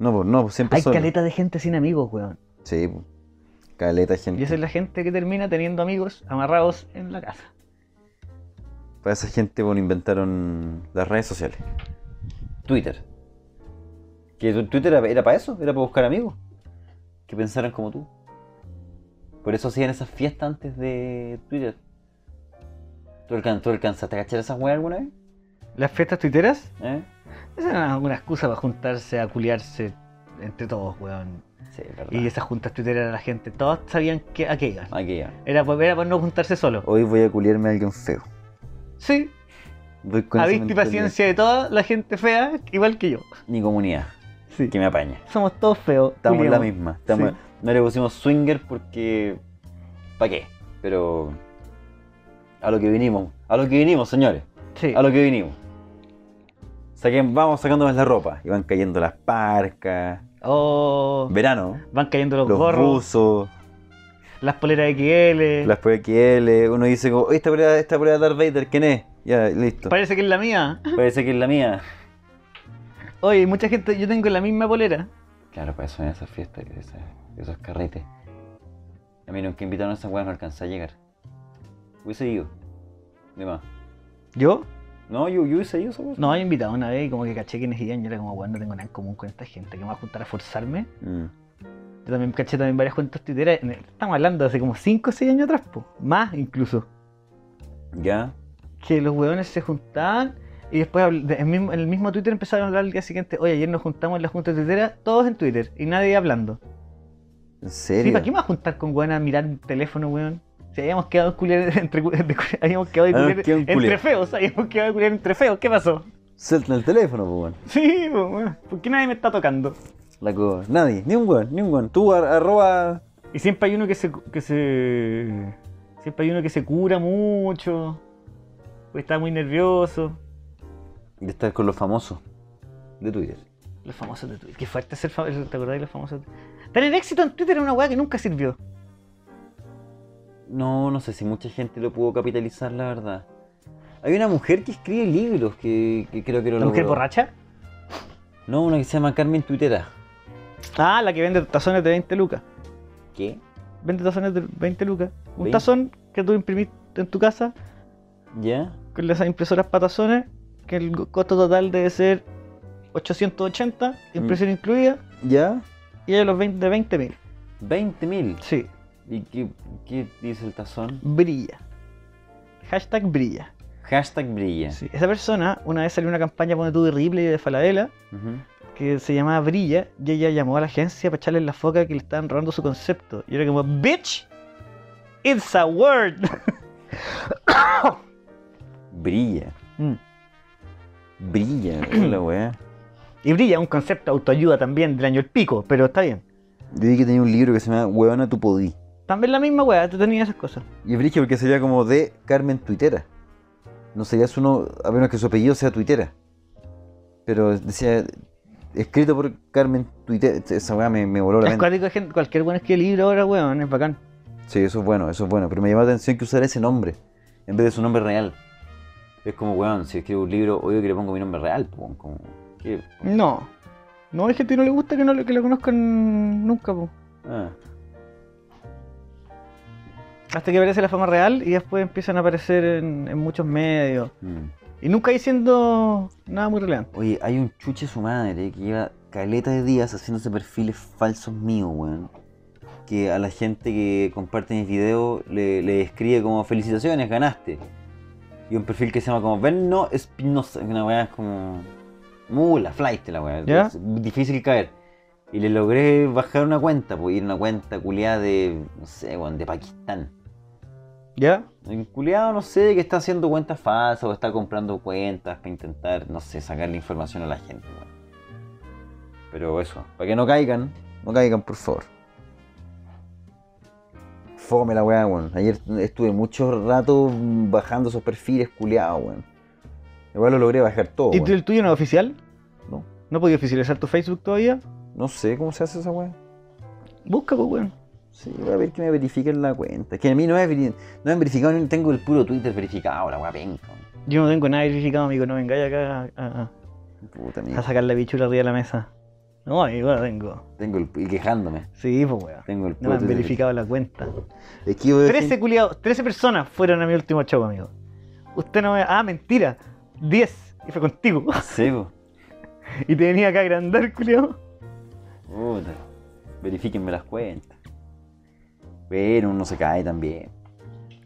S2: No, pues no, pues siempre
S1: Hay
S2: solo.
S1: caleta de gente sin amigos, weón.
S2: Sí, po. caleta gente.
S1: Y esa es la gente que termina teniendo amigos amarrados en la casa.
S2: Para esa gente, bueno, inventaron las redes sociales.
S3: Twitter. Que tu- Twitter era, para eso, era para buscar amigos que pensaran como tú. Por eso hacían esas fiestas antes de Twitter. ¿Tú, alcan- tú alcanzaste a cachar esas weas alguna vez?
S1: ¿Las fiestas tuiteras?
S3: ¿Eh?
S1: Esa era una excusa para juntarse, a culiarse entre todos, weón.
S3: Sí, es verdad.
S1: Y esas juntas tuiteras de la gente, todos sabían que a qué iban.
S3: Aquí ya.
S1: Era para, era para no juntarse solo.
S2: Hoy voy a culiarme a alguien feo.
S1: Sí,
S2: Voy con
S1: a
S2: esa
S1: vista y
S2: mentalidad.
S1: paciencia de toda la gente fea, igual que yo.
S2: Mi comunidad,
S1: Sí.
S2: que me apaña.
S1: Somos todos feos.
S2: Estamos en la
S1: culiamos.
S2: misma. Estamos...
S1: Sí.
S3: No le pusimos swinger porque. ¿Para qué? Pero. A lo que vinimos. A lo que vinimos, señores.
S1: Sí.
S3: A lo que vinimos.
S2: Saquen- vamos sacándonos la ropa. Y van cayendo las parcas.
S1: Oh,
S2: Verano.
S1: van cayendo los,
S2: los
S1: gorros,
S2: buzos,
S1: las poleras XL.
S2: las PQL, uno dice como, "Oye, esta prueba, esta prueba de Darth Vader, ¿quién es? Ya, listo.
S1: Parece que es la mía.
S3: Parece que es la mía.
S1: Oye, mucha gente, yo tengo la misma polera.
S3: Claro, para eso son esas fiestas, esas- esos carretes. A mí nunca invitaron a esas weas, no alcancé a llegar. Hubiese ido. De más.
S1: ¿Yo?
S3: No, yo, yo hubiese ido a esa wea.
S1: No, había invitado una vez y como que caché quiénes iban y yo era como, bueno, no tengo nada en común con esta gente, que me va a juntar a forzarme.
S2: Mm.
S1: Yo también caché también varias cuentas tuiteras, en el- estamos hablando de hace como 5 o 6 años atrás, po, más incluso,
S2: Ya,
S1: que los hueones se juntaban y después habl- de- en, mismo- en el mismo Twitter empezaron a hablar el día siguiente, oye, ayer nos juntamos en la junta tuitera, todos en Twitter y nadie hablando.
S2: en
S1: Sí,
S2: serio.
S1: ¿para qué me vas a juntar con hueón a mirar un teléfono, hueón? Si habíamos quedado de culiar entre, cu- de cu- habíamos quedado de culiar
S2: Habíamos quedado en
S1: entre
S2: culiar.
S1: feos, habíamos quedado de culiar entre feos, ¿qué pasó?
S2: Suelta el teléfono, pues, weón.
S1: Sí, po, hueón, ¿por qué nadie me está tocando?
S2: La co- Nadie, ni un weón, ni un weón. Tú ar- arroba.
S1: Y siempre hay uno que se. que se. Siempre hay uno que se cura mucho. O está muy nervioso.
S2: De estar con los famosos de Twitter.
S1: Los famosos de Twitter. Qué fuerte ser famoso. ¿Te acordás de los famosos? Tener éxito en Twitter era una weá que nunca sirvió.
S3: No, no sé si mucha gente lo pudo capitalizar, la verdad. Hay una mujer que escribe libros que, que creo que lo
S1: ¿La mujer
S3: logró.
S1: borracha?
S3: No, una que se llama Carmen Tuitera.
S1: Ah, la que vende tazones de 20 lucas.
S3: ¿Qué?
S1: Vende tazones de 20 lucas. Un
S3: Veinte.
S1: tazón que tú imprimís en tu casa.
S3: ¿Ya?
S1: con esas impresoras patazones, que el go- costo total debe ser 880,
S3: Mm.
S1: impresión incluida,
S2: ¿Ya?
S1: y hay los 20 de 20 mil.
S3: ¿20.000?
S1: Sí,
S3: ¿Y qué, qué dice el tazón?
S1: brilla. Hashtag brilla.
S3: Hashtag brilla.
S1: Sí, Esa persona una vez salió una campaña pone tú de Ripley y de Falabella
S3: Ujú.
S1: que se llamaba Brilla y ella llamó a la agencia para echarle la foca que le estaban robando su concepto. Y era como, bitch, it's a word.
S3: Brilla.
S1: Mm.
S3: Brilla, weón, la weá.
S1: Y Brilla es un concepto de autoayuda también del año el pico, pero está bien.
S2: Yo vi que tenía un libro que se llama Huevona tu podí.
S1: También la misma weá, te tenía esas cosas.
S2: Y es brillo porque sería como de Carmen Tuitera. No sería su no, a menos que su apellido sea Tuitera. Pero decía, escrito por Carmen Tuitera. Esa weá me, me voló la
S1: Es
S2: mente.
S1: cuático, gente, cualquier weón escribe libro ahora, weón, es bacán.
S2: Sí, eso es bueno, eso es bueno. Pero me llamó la atención que usara ese nombre
S3: En vez de su nombre real. Es como, weón, si escribo un libro, obvio que le pongo mi nombre real, po, weón, como, ¿qué?
S1: No. No, hay gente que no le gusta que no lo- que lo conozcan nunca, po.
S3: Ah,
S1: Hasta que aparece la fama real y después empiezan a aparecer en, en muchos medios.
S3: mm.
S1: Y nunca diciendo nada muy relevante.
S3: Oye, hay un chuche su madre que lleva caleta de días haciéndose perfiles falsos míos, weón. Que a la gente que comparte mis videos le, le escribe como felicitaciones, ganaste. Y un perfil que se llama como Benno Espinosa, que una weá es como. Mula, flight la weá.
S1: ¿Ya?
S3: es Difícil caer. Y le logré bajar una cuenta, pues, ir una cuenta culiada de. no sé, weón, de Pakistán.
S1: ¿Ya?
S3: El culiado, no sé, que está haciendo cuentas falsas o está comprando cuentas para intentar, no sé, sacarle información a la gente, weón. Pero eso, para que no caigan.
S2: No caigan, por favor. Fome la weá, weón. Ayer estuve mucho rato bajando esos perfiles culiados, weón. Igual lo logré bajar todo.
S1: ¿Y tú-
S2: weón.
S1: el tuyo no es oficial?
S2: No.
S1: ¿No podías oficializar tu Facebook todavía?
S2: No sé cómo se hace esa weá.
S1: Busca, pues, weón.
S2: Sí, voy a ver que me verifiquen la cuenta. Que a mí no me, veri- no me han verificado, ni tengo el
S3: Puro Twitter verificado, la weá penca. weón.
S1: Yo no tengo nada verificado, amigo. No vengáis acá a,
S2: puta
S1: a- a
S2: mierda.
S1: sacar la pichula arriba de la mesa. No, amigo, no tengo.
S3: Tengo el, y quejándome.
S1: Sí, pues, weón.
S3: Tengo el
S1: No
S3: puro
S1: me han
S3: Twitter
S1: verificado la cuenta.
S2: Es que yo veo
S1: 13
S2: gente-
S1: culiados, 13 personas fueron a mi último show, amigo. Usted no me. Ah, mentira. 10. Y fue contigo.
S3: Sí, po.
S1: Y te venía acá a agrandar, culiado.
S3: Puta. Verifíquenme las cuentas. Pero uno se cae también.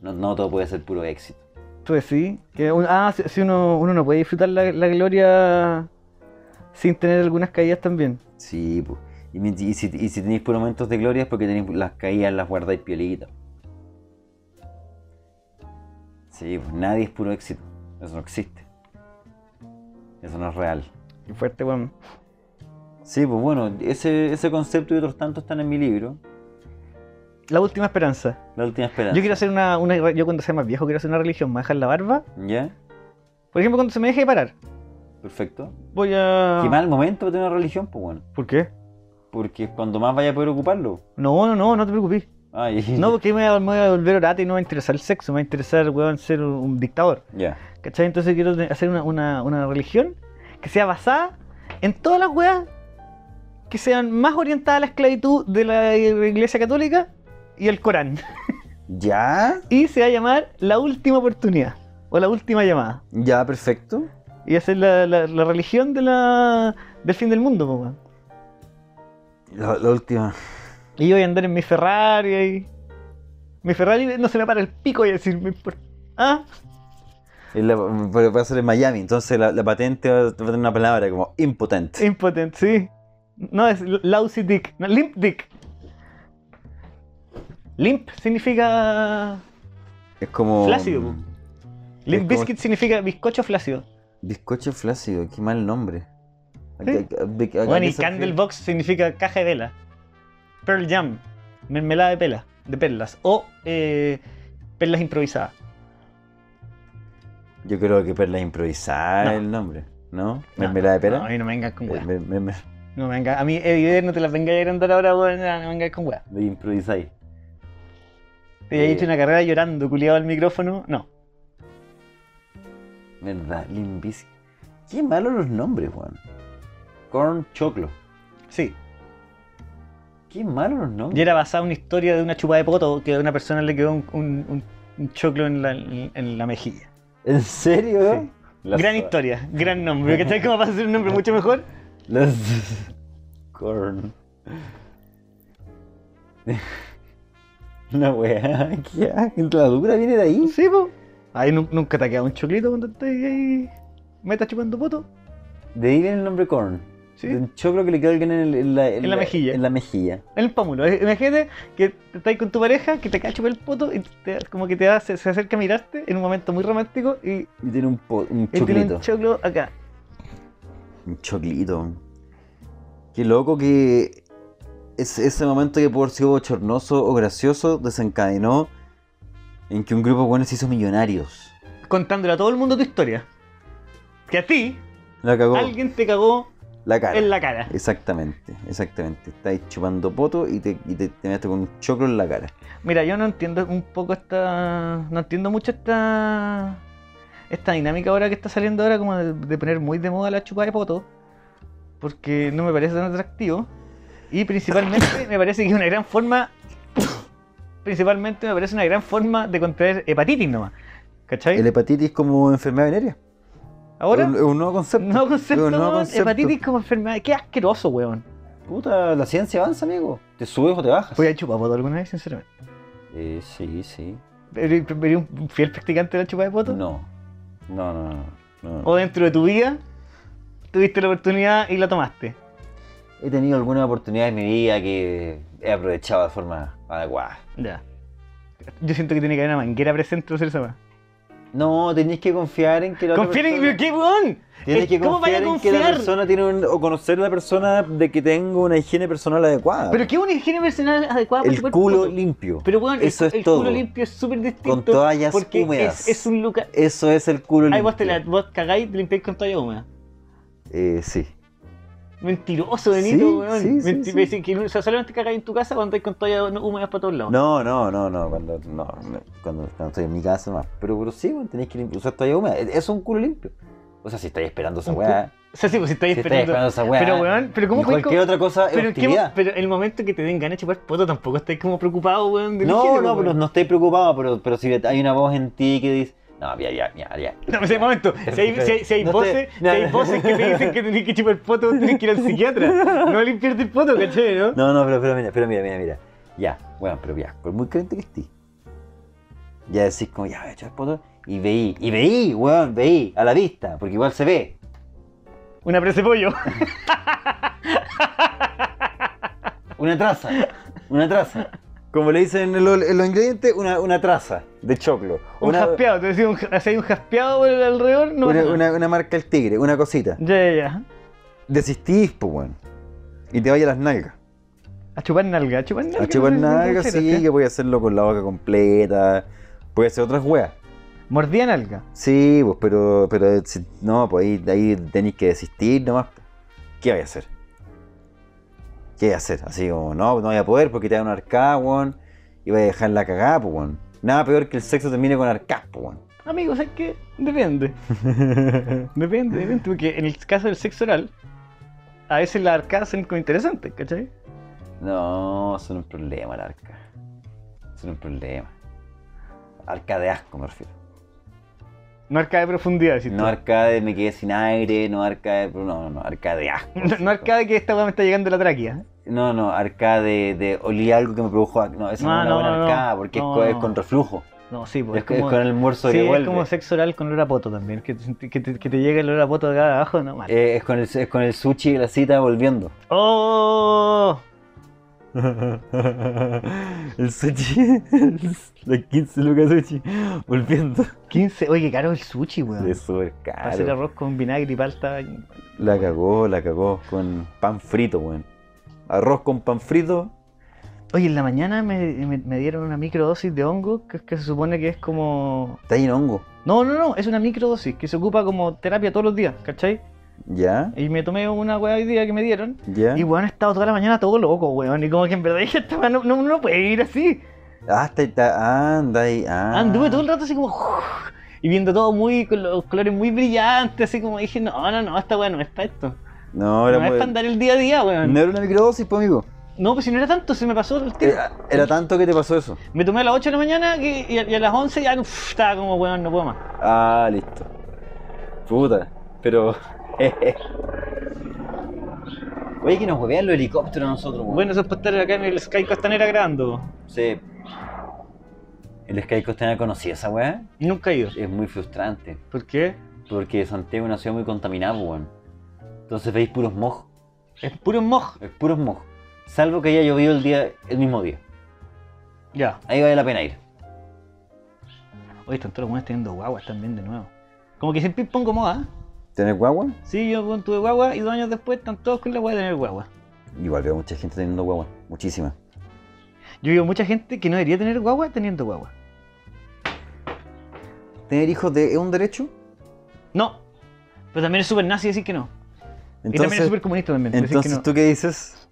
S3: No, no todo puede ser puro éxito.
S1: Tú decís Pues que un- ah, si, si uno, uno no puede disfrutar la, la gloria sin tener algunas caídas también.
S3: Sí, pues. Y, mi- y si, y si tenéis puros momentos de gloria es porque tenéis las caídas, las guardáis piolitas. Sí, pues nadie es puro éxito. Eso no existe. Eso no es real.
S1: Qué fuerte, weón.
S3: Sí, pues bueno, ese, ese concepto y otros tantos están en mi libro,
S1: La última esperanza.
S3: La última esperanza.
S1: Yo quiero hacer una, una- Yo cuando sea más viejo quiero hacer una religión. Me dejan la barba.
S3: ¿Ya?
S1: Por ejemplo, cuando se me deje de parar.
S3: Perfecto.
S1: Voy
S2: Ah.
S1: a.
S3: Qué mal momento para tener una religión, pues bueno.
S1: ¿Por qué?
S3: Porque es cuando más vaya a poder ocuparlo.
S1: No, no, no, no te preocupes.
S3: Ay,
S1: No, porque me voy, a, me voy a volver orate y no me va a interesar el sexo, me va a interesar, weón, ser un- un dictador.
S3: Ya.
S1: ¿Cachai? Entonces quiero te- hacer una, una- una religión que sea basada en todas las weas que sean más orientadas a la esclavitud de la Iglesia Católica y el Corán.
S2: ¿Ya?
S1: Y se va a llamar La Última Oportunidad o La Última Llamada.
S2: ¿Ya? Perfecto.
S1: Y hacer la, la- la religión de la, del fin del mundo, po, weón.
S2: La, la última.
S1: Y yo voy a andar en mi Ferrari ahí. Mi Ferrari no se me para el pico y decir, me importa. Ah,
S2: Es la- pero va a ser en Miami, entonces la, la patente va va a tener una palabra como impotente.
S1: impotente, sí. No, es lousy dick. No, limp dick. Limp significa
S2: Es como.
S1: Flácido, po.
S2: mm,
S1: Limp
S2: Es como-
S1: Biscuit significa bizcocho flácido.
S2: Bizcocho flácido, qué mal nombre. ¿A-
S1: Sí.
S2: a- a- a- a- a-
S1: Bueno, y
S2: a- a-
S1: Candlebox significa caja de vela. Pearl Jam, mermelada de pela, de perlas. O eh, perlas improvisadas.
S2: Yo creo que perla improvisar
S1: No.
S2: el nombre, ¿no? ¿Mermelada de pera?
S1: No, a mí no me vengas con weá.
S2: Eh, me- me- me-
S1: No me vengas. A mí, Eddie, Vedder, no te las vengas a agrandar ahora, weón. No me vengas con weá.
S3: De improvisáis.
S1: Te he
S3: Eh.
S1: hecho una carrera llorando, culiado al micrófono. No.
S3: ¿Verdad? Limbis. Qué malos los nombres, weón. Corn Choclo.
S1: Sí.
S3: Qué malos los
S1: Y
S3: nombres.
S1: era basada en una historia de una chupa de poto que a una persona le quedó un, un- un- un choclo en la, en la mejilla.
S3: ¿En serio? weón? Las-
S1: gran historia, gran nombre. ¿Cachai cómo va a ser un nombre mucho mejor?
S3: Las... Corn. Una wea. ¿Qué? ¿La dura viene de ahí?
S1: Sí, po. Ahí nu- nunca te ha quedado un choclito cuando estás ahí. Meta chupando poto.
S3: De ahí viene el nombre Corn.
S1: Sí.
S3: Del choclo que le quedó a alguien en, el- en la,
S1: En la mejilla.
S3: En la mejilla.
S1: El pómulo. Eh, Imagínate que estás ahí con tu pareja, que te cae chupar el poto y te- como que te hace, se acerca a mirarte en un momento muy romántico y
S3: Y tiene un, po- un
S1: él tiene
S3: choclito.
S1: un choclo acá.
S2: Un choclito. Qué loco que es ese momento que pudo haber sido bochornoso o gracioso desencadenó en que un grupo de buenos se hizo millonarios.
S1: Contándole a todo el mundo tu historia. Que a ti,
S2: La cagó.
S1: alguien te cagó
S2: La cara.
S1: en la cara.
S2: Exactamente, exactamente. Estáis chupando poto y te, y te, te metes con un choclo en la cara.
S1: Mira, yo no entiendo un poco esta. No entiendo mucho esta. Esta dinámica ahora que está saliendo ahora, como de, de poner muy de moda la chupa de poto. Porque no me parece tan atractivo. Y principalmente me parece que es una gran forma. Principalmente me parece una gran forma de contraer hepatitis nomás. ¿Cachai?
S2: El hepatitis como enfermedad venérea.
S1: Ahora,
S2: Es un, es un nuevo concepto.
S1: no
S2: Es
S1: concepto,
S2: un nuevo
S1: weón,
S2: concepto.
S1: hepatitis como enfermedad. Qué asqueroso, weón.
S3: Puta, la ciencia avanza, amigo. Te subes o te bajas.
S1: Voy a chupar poto alguna vez, sinceramente.
S3: Eh, sí, sí.
S1: ¿Eres eres un fiel practicante de la chupa de poto?
S3: No. No, no, no. no.
S1: o dentro de tu vida tuviste la oportunidad y la tomaste.
S3: He tenido algunas oportunidades en mi vida que he aprovechado de forma adecuada.
S1: Ya. Yo siento que tiene que haber una manguera presente para hacer esa weá.
S3: No, tenéis que confiar en que la otra
S1: Confíen
S3: persona-
S1: en qué weón.
S3: Tienes
S1: Es-
S3: que
S1: ¿Cómo vaya
S3: confiar
S1: a
S3: en que la
S1: confiar?
S3: persona tiene un, o conocer a la persona de que tenga una higiene personal adecuada.
S1: Pero qué una higiene personal adecuada para
S3: el
S1: chupar
S3: culo
S1: poto.
S3: limpio.
S1: Pero weón,
S3: eso
S1: el,
S3: es
S1: el
S3: todo.
S1: culo limpio es súper distinto.
S3: Con toallas
S1: porque
S3: húmedas.
S1: Es, es un lugar.
S3: Eso es el culo limpio.
S1: Ahí vos, te la, vos cagáis y te limpiáis con toalla húmeda.
S2: Eh, sí.
S1: Mentiroso, Benito,
S2: Sí,
S1: weón.
S2: sí, sí,
S1: Menti-
S2: sí.
S1: me dicen que o sea, solamente cagáis en tu casa cuando estáis con toallas no- húmedas para todos lados.
S3: No, no, no, no. Cuando, no, no, cuando, cuando estoy en mi casa nomás. Pero, pero sí, weón, tenéis que lim- usar toalla húmeda. Es es un culo limpio. O sea, si estáis esperando esa
S1: Un
S3: weá.
S1: O sea, sí, pues
S3: Si
S1: si estáis
S3: estáis esperando
S1: esperando.
S3: esa weá.
S1: Pero weón, pero cómo
S3: y
S1: podéis co-
S3: cualquier otra cosa es
S1: Pero, en qué mo-
S3: hostilidad.
S1: pero el momento que te den ganas de chupar poto tampoco estáis como preocupado, weón. de la
S3: No,
S1: higiene,
S3: no,
S1: weón.
S3: pero no estáis preocupado, pero, pero si hay una voz en ti que dice. No, ya, ya, ya, ya.
S1: No, pero si hay momento, si hay, si hay- si hay
S3: No te-
S1: voces, si
S3: no,
S1: hay
S3: no.
S1: voces que te dicen que tenés que chupar poto, tenés que ir al psiquiatra. No limpiarte el poto, caché, ¿no?
S3: No, no, pero, pero mira, pero mira, mira, mira. Ya, bueno, pero ya, por muy caliente que esté. Ya decís como, ya, voy a echar poto. Y veí, y veí, weón, veí, a la vista, porque igual se ve.
S1: Una presa de pollo.
S3: Una traza, una traza.
S2: Como le dicen en, lo- en los ingredientes,
S3: Una, una traza de choclo.
S1: Un
S3: Una,
S1: jaspeado, te decía, un, ja- si hay un jaspeado por el alrededor, no
S2: una,
S1: pasa nada.
S2: una- una marca el tigre, una cosita.
S1: Ya, ya, ya.
S2: Desistís, pues, weón. Y te vaya a las nalgas.
S1: A chupar nalga, a chupar nalga.
S2: A chupar
S1: no sé, no
S2: nalgas,
S1: sé,
S2: Ah, sí, que voy a hacerlo con la boca completa. Voy a hacer otras weas.
S1: Mordía nalga.
S2: Sí, pues, pero, pero si- no, pues ahí, ahí tenéis que desistir nomás. ¿Qué vais a hacer? ¿Qué vais a hacer? Así como, no, no voy a poder porque te dan un arcada, weón. Y voy a dejar la cagada, pues, weón. Nada peor que el sexo termine con arcada, pues, weón.
S1: Amigo, ¿sabes qué? Depende. depende, depende. Porque en el caso del sexo oral, a veces las arcadas son como interesantes, ¿cachai?
S3: No, son un problema, la arca. Son un problema. Arca de asco, me refiero.
S1: No arcada de profundidad, si
S3: No arca de me quedé sin aire, no arca de. No, no, arca de asco.
S1: No, no arcada que esta weá me está llegando la tráquea.
S3: No, no, arcada de, de olí algo que me produjo. ac- No, esa no, es una
S1: No, Ah, no,
S3: buena
S1: no,
S3: arcada,
S1: no.
S3: porque es
S1: No,
S3: co- es,
S1: no.
S3: con reflujo.
S1: No, sí,
S3: Es,
S1: pues.
S3: es
S1: como,
S3: con el pues. muerzo
S1: sí,
S3: que
S1: es
S3: vuelve.
S1: como sexo oral con olor a poto también. Que, te- que te, que te llega el olor a poto de acá abajo, no mal.
S3: Eh, es, con el, es con el sushi y la cita volviendo.
S1: ¡Oh!
S2: el sushi. Los 15 lucas sushi. Volviendo.
S1: 15. Oye, qué caro el sushi, weón.
S2: Es súper
S1: Para hacer
S2: caro.
S1: arroz con vinagre y palta.
S2: La cagó, la cagó. Con pan frito, weón. Arroz con pan frito.
S1: Oye, en la mañana me, me- me dieron una microdosis de hongo que, que se supone que es como.
S2: Está lleno de hongo.
S1: No, no, no, es una microdosis que se ocupa como terapia todos los días, ¿cachai?
S2: ¿Ya?
S1: Y me tomé una weá hoy día que me dieron.
S2: ¿Ya?
S1: Y weón, he estado toda la mañana todo loco, weón. Y como que en verdad dije, esta weá no, no, no puede ir así.
S2: Ah, está, está- ah, anda ahí. Ah.
S1: Anduve todo el rato así como. Y viendo todo muy con los colores muy brillantes, así como dije, no, no, no, esta weá no es para esto.
S2: No,
S1: No
S2: era
S1: es
S2: muy-
S1: para andar el día a día, weón.
S2: No era una microdosis, pues, amigo.
S1: No, pues si no era tanto, se me pasó el
S3: Eh,
S1: tiro.
S2: Era, era tanto que te pasó eso.
S1: Me tomé a las 8 de la mañana que- y, a, y a las 11 ya uf, estaba como, weón, no puedo más.
S2: Ah, listo.
S3: Puta, pero. Oye, que nos huevean los helicópteros a nosotros,
S2: Oh.
S3: weón.
S1: Bueno, eso es para estar acá en el Sky Costanera grabando.
S3: Sí. El Sky Costanera conocía esa weá.
S1: Nunca he ido.
S3: Es muy frustrante.
S1: ¿Por qué?
S3: Porque Santiago es una ciudad muy contaminada, weón. Entonces veis puros mojos.
S1: Es puro moj.
S3: Es puros mojos. Salvo que haya llovido el día, el mismo día.
S1: Ya.
S3: Ahí vale la pena ir.
S1: Oye, están todos los weones teniendo guaguas también de nuevo. Como que siempre pongo moda. ¿eh?
S2: ¿Tenés guagua?
S1: Sí, yo weón, tuve guagua y dos años después están todos con la guagua de tener guagua.
S2: Igual veo mucha gente teniendo guagua. Muchísima.
S1: Yo veo mucha gente que no debería tener guagua teniendo guagua.
S2: ¿Tener hijos de, es un derecho?
S1: No. Pero también es súper nazi decir que no. y también es súper comunista también. decir que
S2: entonces
S1: no.
S2: ¿tú qué dices?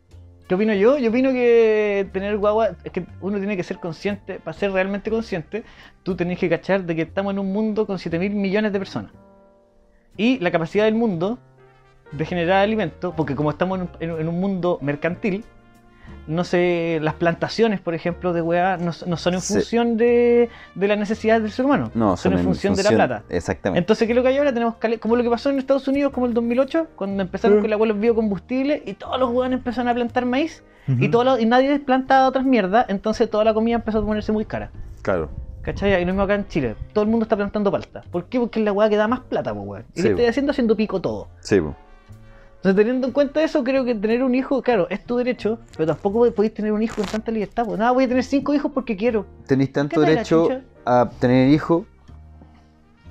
S1: ¿Qué opino yo? Yo opino que tener guagua, es que uno tiene que ser consciente, para ser realmente consciente, tú tenés que cachar de que estamos en un mundo con 7 mil millones de personas. Y la capacidad del mundo de generar alimentos, porque como estamos en un, en un- en un mundo mercantil, no sé, las plantaciones, por ejemplo, de hueá no, son- no son en
S2: Sí.
S1: función de, de las necesidades del ser humano,
S2: No,
S1: son, en función, de la plata.
S2: Exactamente.
S1: Entonces, ¿qué es lo que hay ahora? Tenemos cale- como lo que pasó en Estados Unidos, como el 2008, cuando empezaron
S2: Sí.
S1: con la hueá de los biocombustibles y todos los hueones empezaron a plantar maíz y, todo lo- y nadie planta otras mierdas, entonces toda la comida empezó a ponerse muy cara.
S2: Claro.
S1: ¿Cachai? Y lo mismo acá en Chile. Todo el mundo está plantando palta. ¿Por qué? Porque es la hueá que da más plata, pues, weón. Y
S2: Sí,
S1: que estoy
S2: po.
S1: haciendo haciendo pico todo.
S2: Sí, po.
S1: Entonces, teniendo en cuenta eso, creo que tener un hijo, claro, es tu derecho, pero tampoco pod- podéis tener un hijo con tanta libertad. Pues nada, voy a tener cinco hijos porque quiero.
S2: Tenéis tanto
S1: ¿Qué tal la
S2: derecho
S1: chucha?
S2: a tener hijos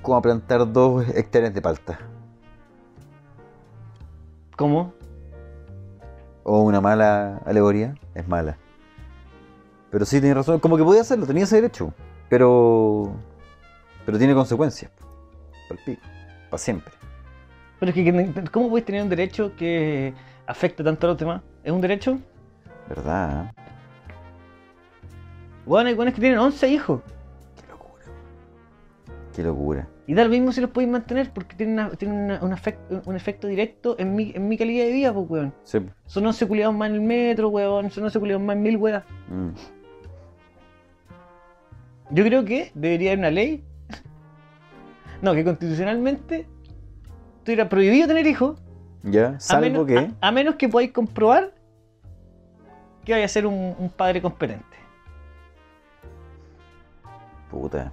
S2: como a plantar dos hectáreas de palta.
S1: ¿Cómo?
S2: O una mala alegoría es mala. Pero sí, tienes razón. Como que podía hacerlo, tenía ese derecho. Pero. Pero tiene consecuencias. Para pico. Para siempre.
S1: Pero es que, que- ¿cómo podéis tener un derecho que afecta tanto a los demás? ¿Es un derecho?
S2: ¿Verdad? ¿eh?
S1: Bueno, hay buenos que tienen 11 hijos.
S2: Qué locura. Qué locura.
S1: Y da lo mismo si los podéis mantener porque tienen, una- tienen una- un, afec- un efecto directo en mi, en mi calidad de vida, pues, weón.
S2: Sí.
S1: Son 11 culiados más en el metro, weón. Son 11 culiados más en mil weas.
S2: Mm.
S1: Yo creo que debería haber una ley. No, que constitucionalmente estuviera prohibido tener hijos.
S2: Ya,
S1: A
S2: salvo
S1: menos-
S2: que.
S1: A, a menos que podáis comprobar que vaya a ser un, un padre competente.
S2: Puta.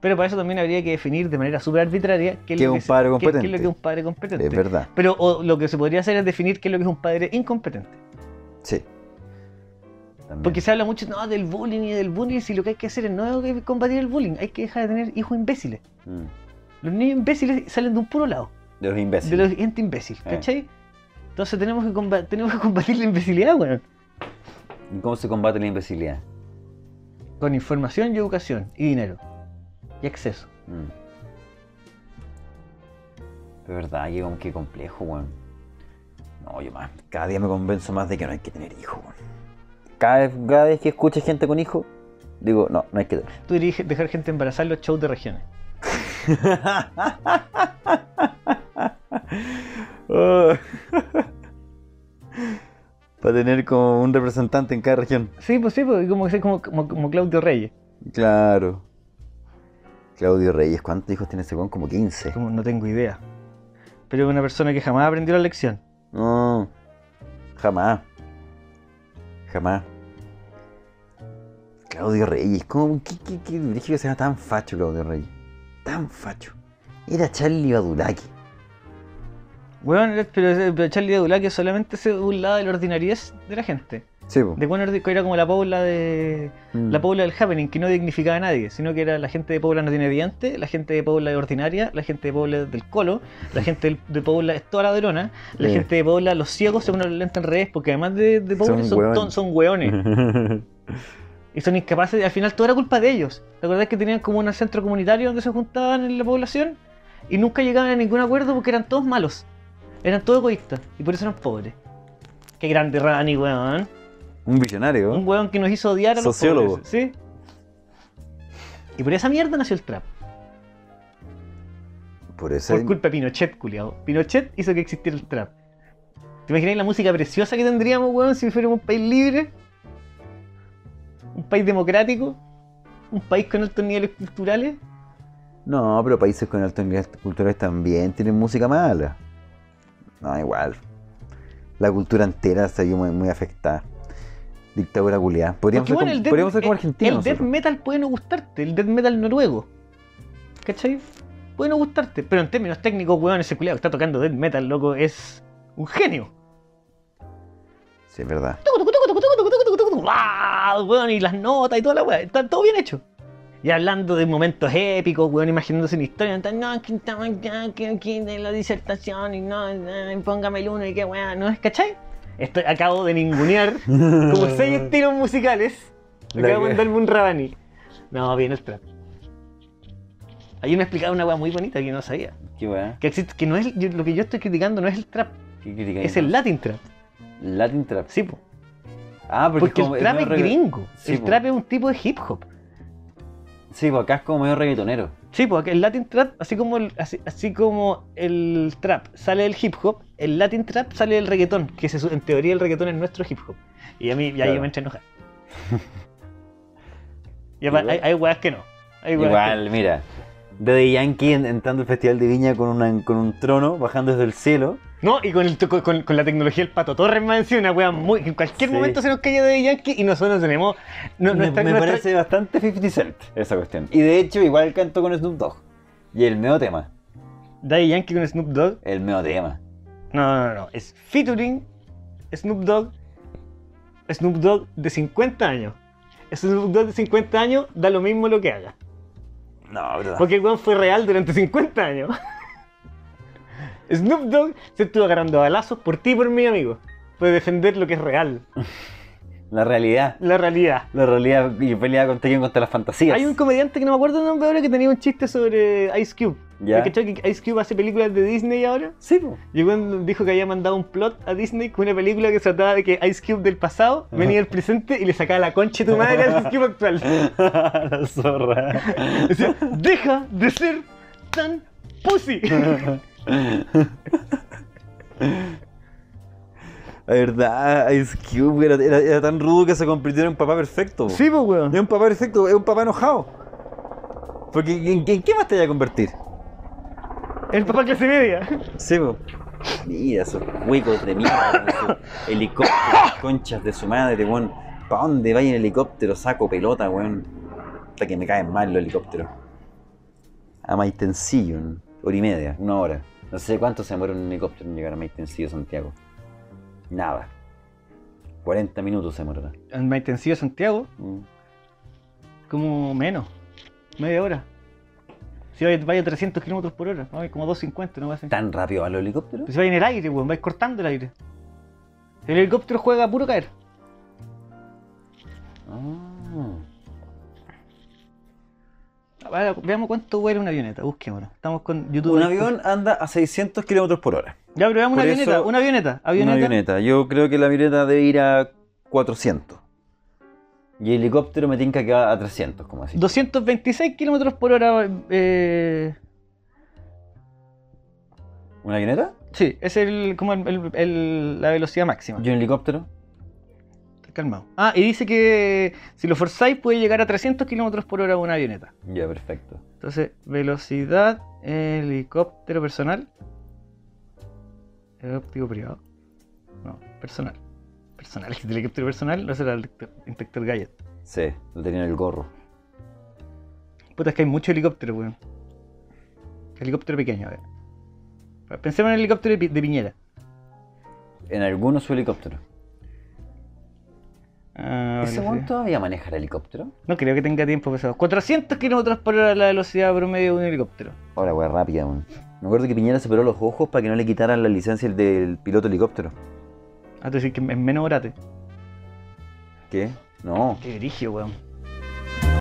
S1: Pero para eso también habría que definir de manera súper arbitraria qué es
S2: ¿Qué
S1: lo
S2: es
S1: que
S2: un
S1: se-
S2: padre
S1: qué- qué es lo
S2: competente?
S1: que es un padre competente.
S2: Es verdad.
S1: Pero o lo que se podría hacer es definir qué es lo que es un padre incompetente.
S2: Sí. También.
S1: Porque se habla mucho no, del bullying y del bullying, si lo que hay que hacer es no hay que combatir el bullying, hay que dejar de tener hijos imbéciles.
S3: Mm.
S1: Los niños imbéciles salen de un puro lado,
S3: De los
S1: de
S3: imbéciles.
S1: la gente imbécil, ¿cachai? Entonces tenemos que, comba- tenemos que combatir la imbecilidad, weón.
S3: ¿Y ¿Cómo se combate la imbecilidad?
S1: Con información y educación, y dinero, y acceso.
S3: Mm. Es verdad, que como que complejo, weón. No, yo más.
S2: Cada día me convenzo más de que no hay que tener hijos, weón.
S3: Cada vez, cada vez que escucho gente con hijos, digo, no, no hay que tener.
S1: Tú dirías dejar gente embarazada en los shows de regiones.
S2: Ah. Para tener como un representante en cada región.
S1: Sí, pues sí, pues, como, que sea como, como, como Claudio Reyes.
S2: Claro. Claudio Reyes, ¿cuántos hijos tiene ese weón? Como 15.
S1: Como, no tengo idea. Pero es una persona que jamás aprendió la lección.
S2: No. Jamás. Jamás. Claudio Reyes. ¿Cómo? ¿Qué, qué, qué brígido que sea tan facho Claudio Reyes? Tan facho. Era Charlie Badulaki.
S1: Weón, era- pero, pero Charlie de Dulac que solamente se burlaba de la ordinariedad de la gente.
S2: Sí, po.
S1: De cuán ordi- que era como la pobla de.
S2: Mm.
S1: La pobla del happening, que no dignificaba a nadie, sino que era la gente de Pobla no tiene dientes, la gente de Pobla es ordinaria, la gente de Pobla es del colo, la gente del- de Pobla es toda ladrona, la
S2: Eh.
S1: gente de Pobla, los ciegos se ponen lentes en redes, porque además de, de Pobla
S2: Son
S1: son,
S2: hueones.
S1: ton- son hueones. Y son incapaces, al final todo era culpa de ellos. ¿Te acordás que tenían como un centro comunitario donde se juntaban en la población? Y nunca llegaban a ningún acuerdo porque eran todos malos. Eran todos egoístas y por eso eran pobres. Qué grande Rani, weón.
S2: Un visionario.
S3: Mm.
S1: Un weón que nos hizo odiar a los
S2: Sociólogo.
S1: pobres, ¿sí? Y por esa mierda nació el trap.
S2: Por eso.
S1: Por culpa de Pinochet, culiao. Pinochet hizo que existiera el trap. ¿Te imaginas la música preciosa que tendríamos, weón, si fuéramos un país libre? ¿Un país democrático? ¿Un país con altos niveles culturales?
S2: No, pero países con alto nivel cultural también tienen música mala. No, igual. La cultura entera se vio muy, muy afectada. Dictadura culiada. Podríamos,
S1: Porque, bueno,
S2: ser como-
S1: el death- eh,
S2: podríamos ser como
S1: el-
S2: argentinos.
S1: El death
S2: nosotros.
S1: metal puede no gustarte, el death metal noruego. ¿Cachai? Puede no gustarte, pero en términos técnicos, weón, ese culiado que está tocando death metal, loco, es un genio.
S2: Sí, es verdad.
S1: Tucu, tucu, tucu, tucu, tucu, tucu, tucu, tucu, tucu, ¡guau! Weón, y las notas y toda la weá, está todo bien hecho. Y hablando de momentos épicos, weón, imaginándose una historia, tan, no, que estaba acá, que aquí de la disertación y no, eh, póngame el uno y qué weá, ¿no es? ¿Cachai? Estoy, acabo de ningunear como seis estilos musicales.
S2: La
S1: Acabo de
S2: que-
S1: mandarme un rabaní. No, bien el trap. Ayer me explicaron una weá muy bonita que no sabía.
S3: Qué weá.
S1: Que, existe, que no es, yo- lo que yo estoy criticando no es el trap,
S3: ¿Qué critica
S1: es el
S3: entonces?
S1: Latin trap.
S3: Latin Trap.
S1: Sí, po.
S3: Ah, porque,
S1: Porque
S3: como-
S1: el trap es
S3: medio regga-
S1: gringo.
S3: Sí,
S1: el
S3: po.
S1: trap es un tipo de hip hop.
S3: Sí, pues acá es como medio reggaetonero.
S1: Sí, porque el Latin trap, así como el, así, así como el trap sale del hip hop, el Latin trap sale del reggaetón, que se su- en teoría el reggaetón es nuestro hip hop. Y a mí, ya yo
S3: Claro.
S1: me entré a enojar. Y apa- hay, hay weas que no. Hay weas
S3: Igual, mira. Daddy Yankee en- entrando al Festival de Viña con, una- con un trono, bajando desde el cielo.
S1: que no. No, y con, el, to- con, con la tecnología del Pato Torres más encima, una wea muy. que En cualquier
S3: Sí.
S1: momento se nos cae de Yankee y nosotros tenemos. No,
S3: me
S1: nuestra-
S3: me
S1: nuestra-
S3: parece bastante 50 Cent esa cuestión. Y de hecho, igual cantó con Snoop Dogg. Y el medio tema.
S1: Daddy Yankee con Snoop Dogg.
S3: El medio tema.
S1: No, no, no, no. Es featuring Snoop Dogg. Snoop Dogg de 50 años. Snoop Dogg de 50 años da lo mismo lo que haga.
S3: No, pero.
S2: Ah.
S1: Porque el weón fue real durante 50 años. Snoop Dogg se estuvo agarrando a balazos por ti y por mi amigo. Puede defender lo que es real,
S3: La realidad.
S1: la realidad.
S3: La realidad y pelea contra quién contra las fantasías.
S1: Hay un comediante que no me acuerdo el nombre ahora que tenía un chiste sobre Ice Cube.
S3: ¿Ya?
S1: ¿Cachai que Ice Cube hace películas de Disney ahora?
S3: Sí, po.
S1: Y el weón dijo que había mandado un plot a Disney con una película que se trataba de que Ice Cube del pasado venía al presente y le sacaba la concha de tu madre al Ice Cube actual.
S3: la zorra.
S1: Decía, deja de ser tan pussy.
S2: La verdad, Ice Cube era, era- era tan rudo que se convirtió en un papá perfecto.
S1: Sí, pues weón.
S2: Es un papá perfecto, es un papá enojado. Porque ¿en, en qué más te vaya a convertir?
S1: El papá clase media.
S2: Sí, po.
S3: Mira esos huecos de mierda con su helicóptero,
S2: conchas de su madre, weón. ¿Para dónde vaya en helicóptero? Saco pelota, weón. Hasta que me caen mal los helicópteros. A Maitencillo, hora y media, una hora.
S3: No sé cuánto se demora un helicóptero en llegar a Maitencillo, Santiago. Nada. 40 minutos se demorará.
S1: En Maitencillo Santiago,
S2: Mm.
S1: como menos. Media hora. Si vais- vaya a 300 kilómetros por hora, vaya como 250, no va a ser.
S3: ¿Tan rápido va los helicópteros?
S1: Pues si vais en el aire, weón, vais cortando el aire. El helicóptero juega a puro caer.
S3: Ah.
S1: Ahora, veamos cuánto vuela una avioneta, busquémoslo. Estamos con YouTube.
S2: Un avión anda a 600 kilómetros por hora.
S1: Ya, pero veamos una
S2: Por
S1: avioneta,
S2: eso-
S1: una avioneta, avioneta.
S2: Una avioneta. Yo creo que la avioneta debe ir a 400.
S3: Y el helicóptero me tinca que va a 300, como así.
S1: 226 kilómetros por hora. eh,
S3: ¿Una avioneta?
S1: sí, es el, como el- el- el- la velocidad máxima.
S3: ¿Y un helicóptero?
S1: Calmado. Ah, y dice que si lo forzáis puede llegar a 300 kilómetros por hora una avioneta.
S3: Ya, perfecto.
S1: Entonces, velocidad, helicóptero personal. Helicóptero privado. No, personal. Personal, es que el helicóptero personal no será el lector- inspector Gallet.
S3: Sí, lo tenía en el gorro.
S1: Puta, es que hay mucho helicóptero, weón. Helicóptero pequeño, a ver. Pensemos en el helicóptero de, Pi- de Piñera.
S3: En algunos su helicóptero.
S1: Ah,
S3: ¿Ese
S1: velocidad.
S3: weón todavía maneja el helicóptero?
S1: No creo que tenga tiempo pesado. 400 kilómetros por hora la velocidad promedio de un helicóptero.
S3: Ahora, weón, rápida, weón.
S2: Me acuerdo que Piñera se operó los ojos para que no le quitaran la licencia del piloto helicóptero.
S1: Ah, tú decís que es menos orate.
S2: ¿Qué? No.
S1: Qué dirigio, weón.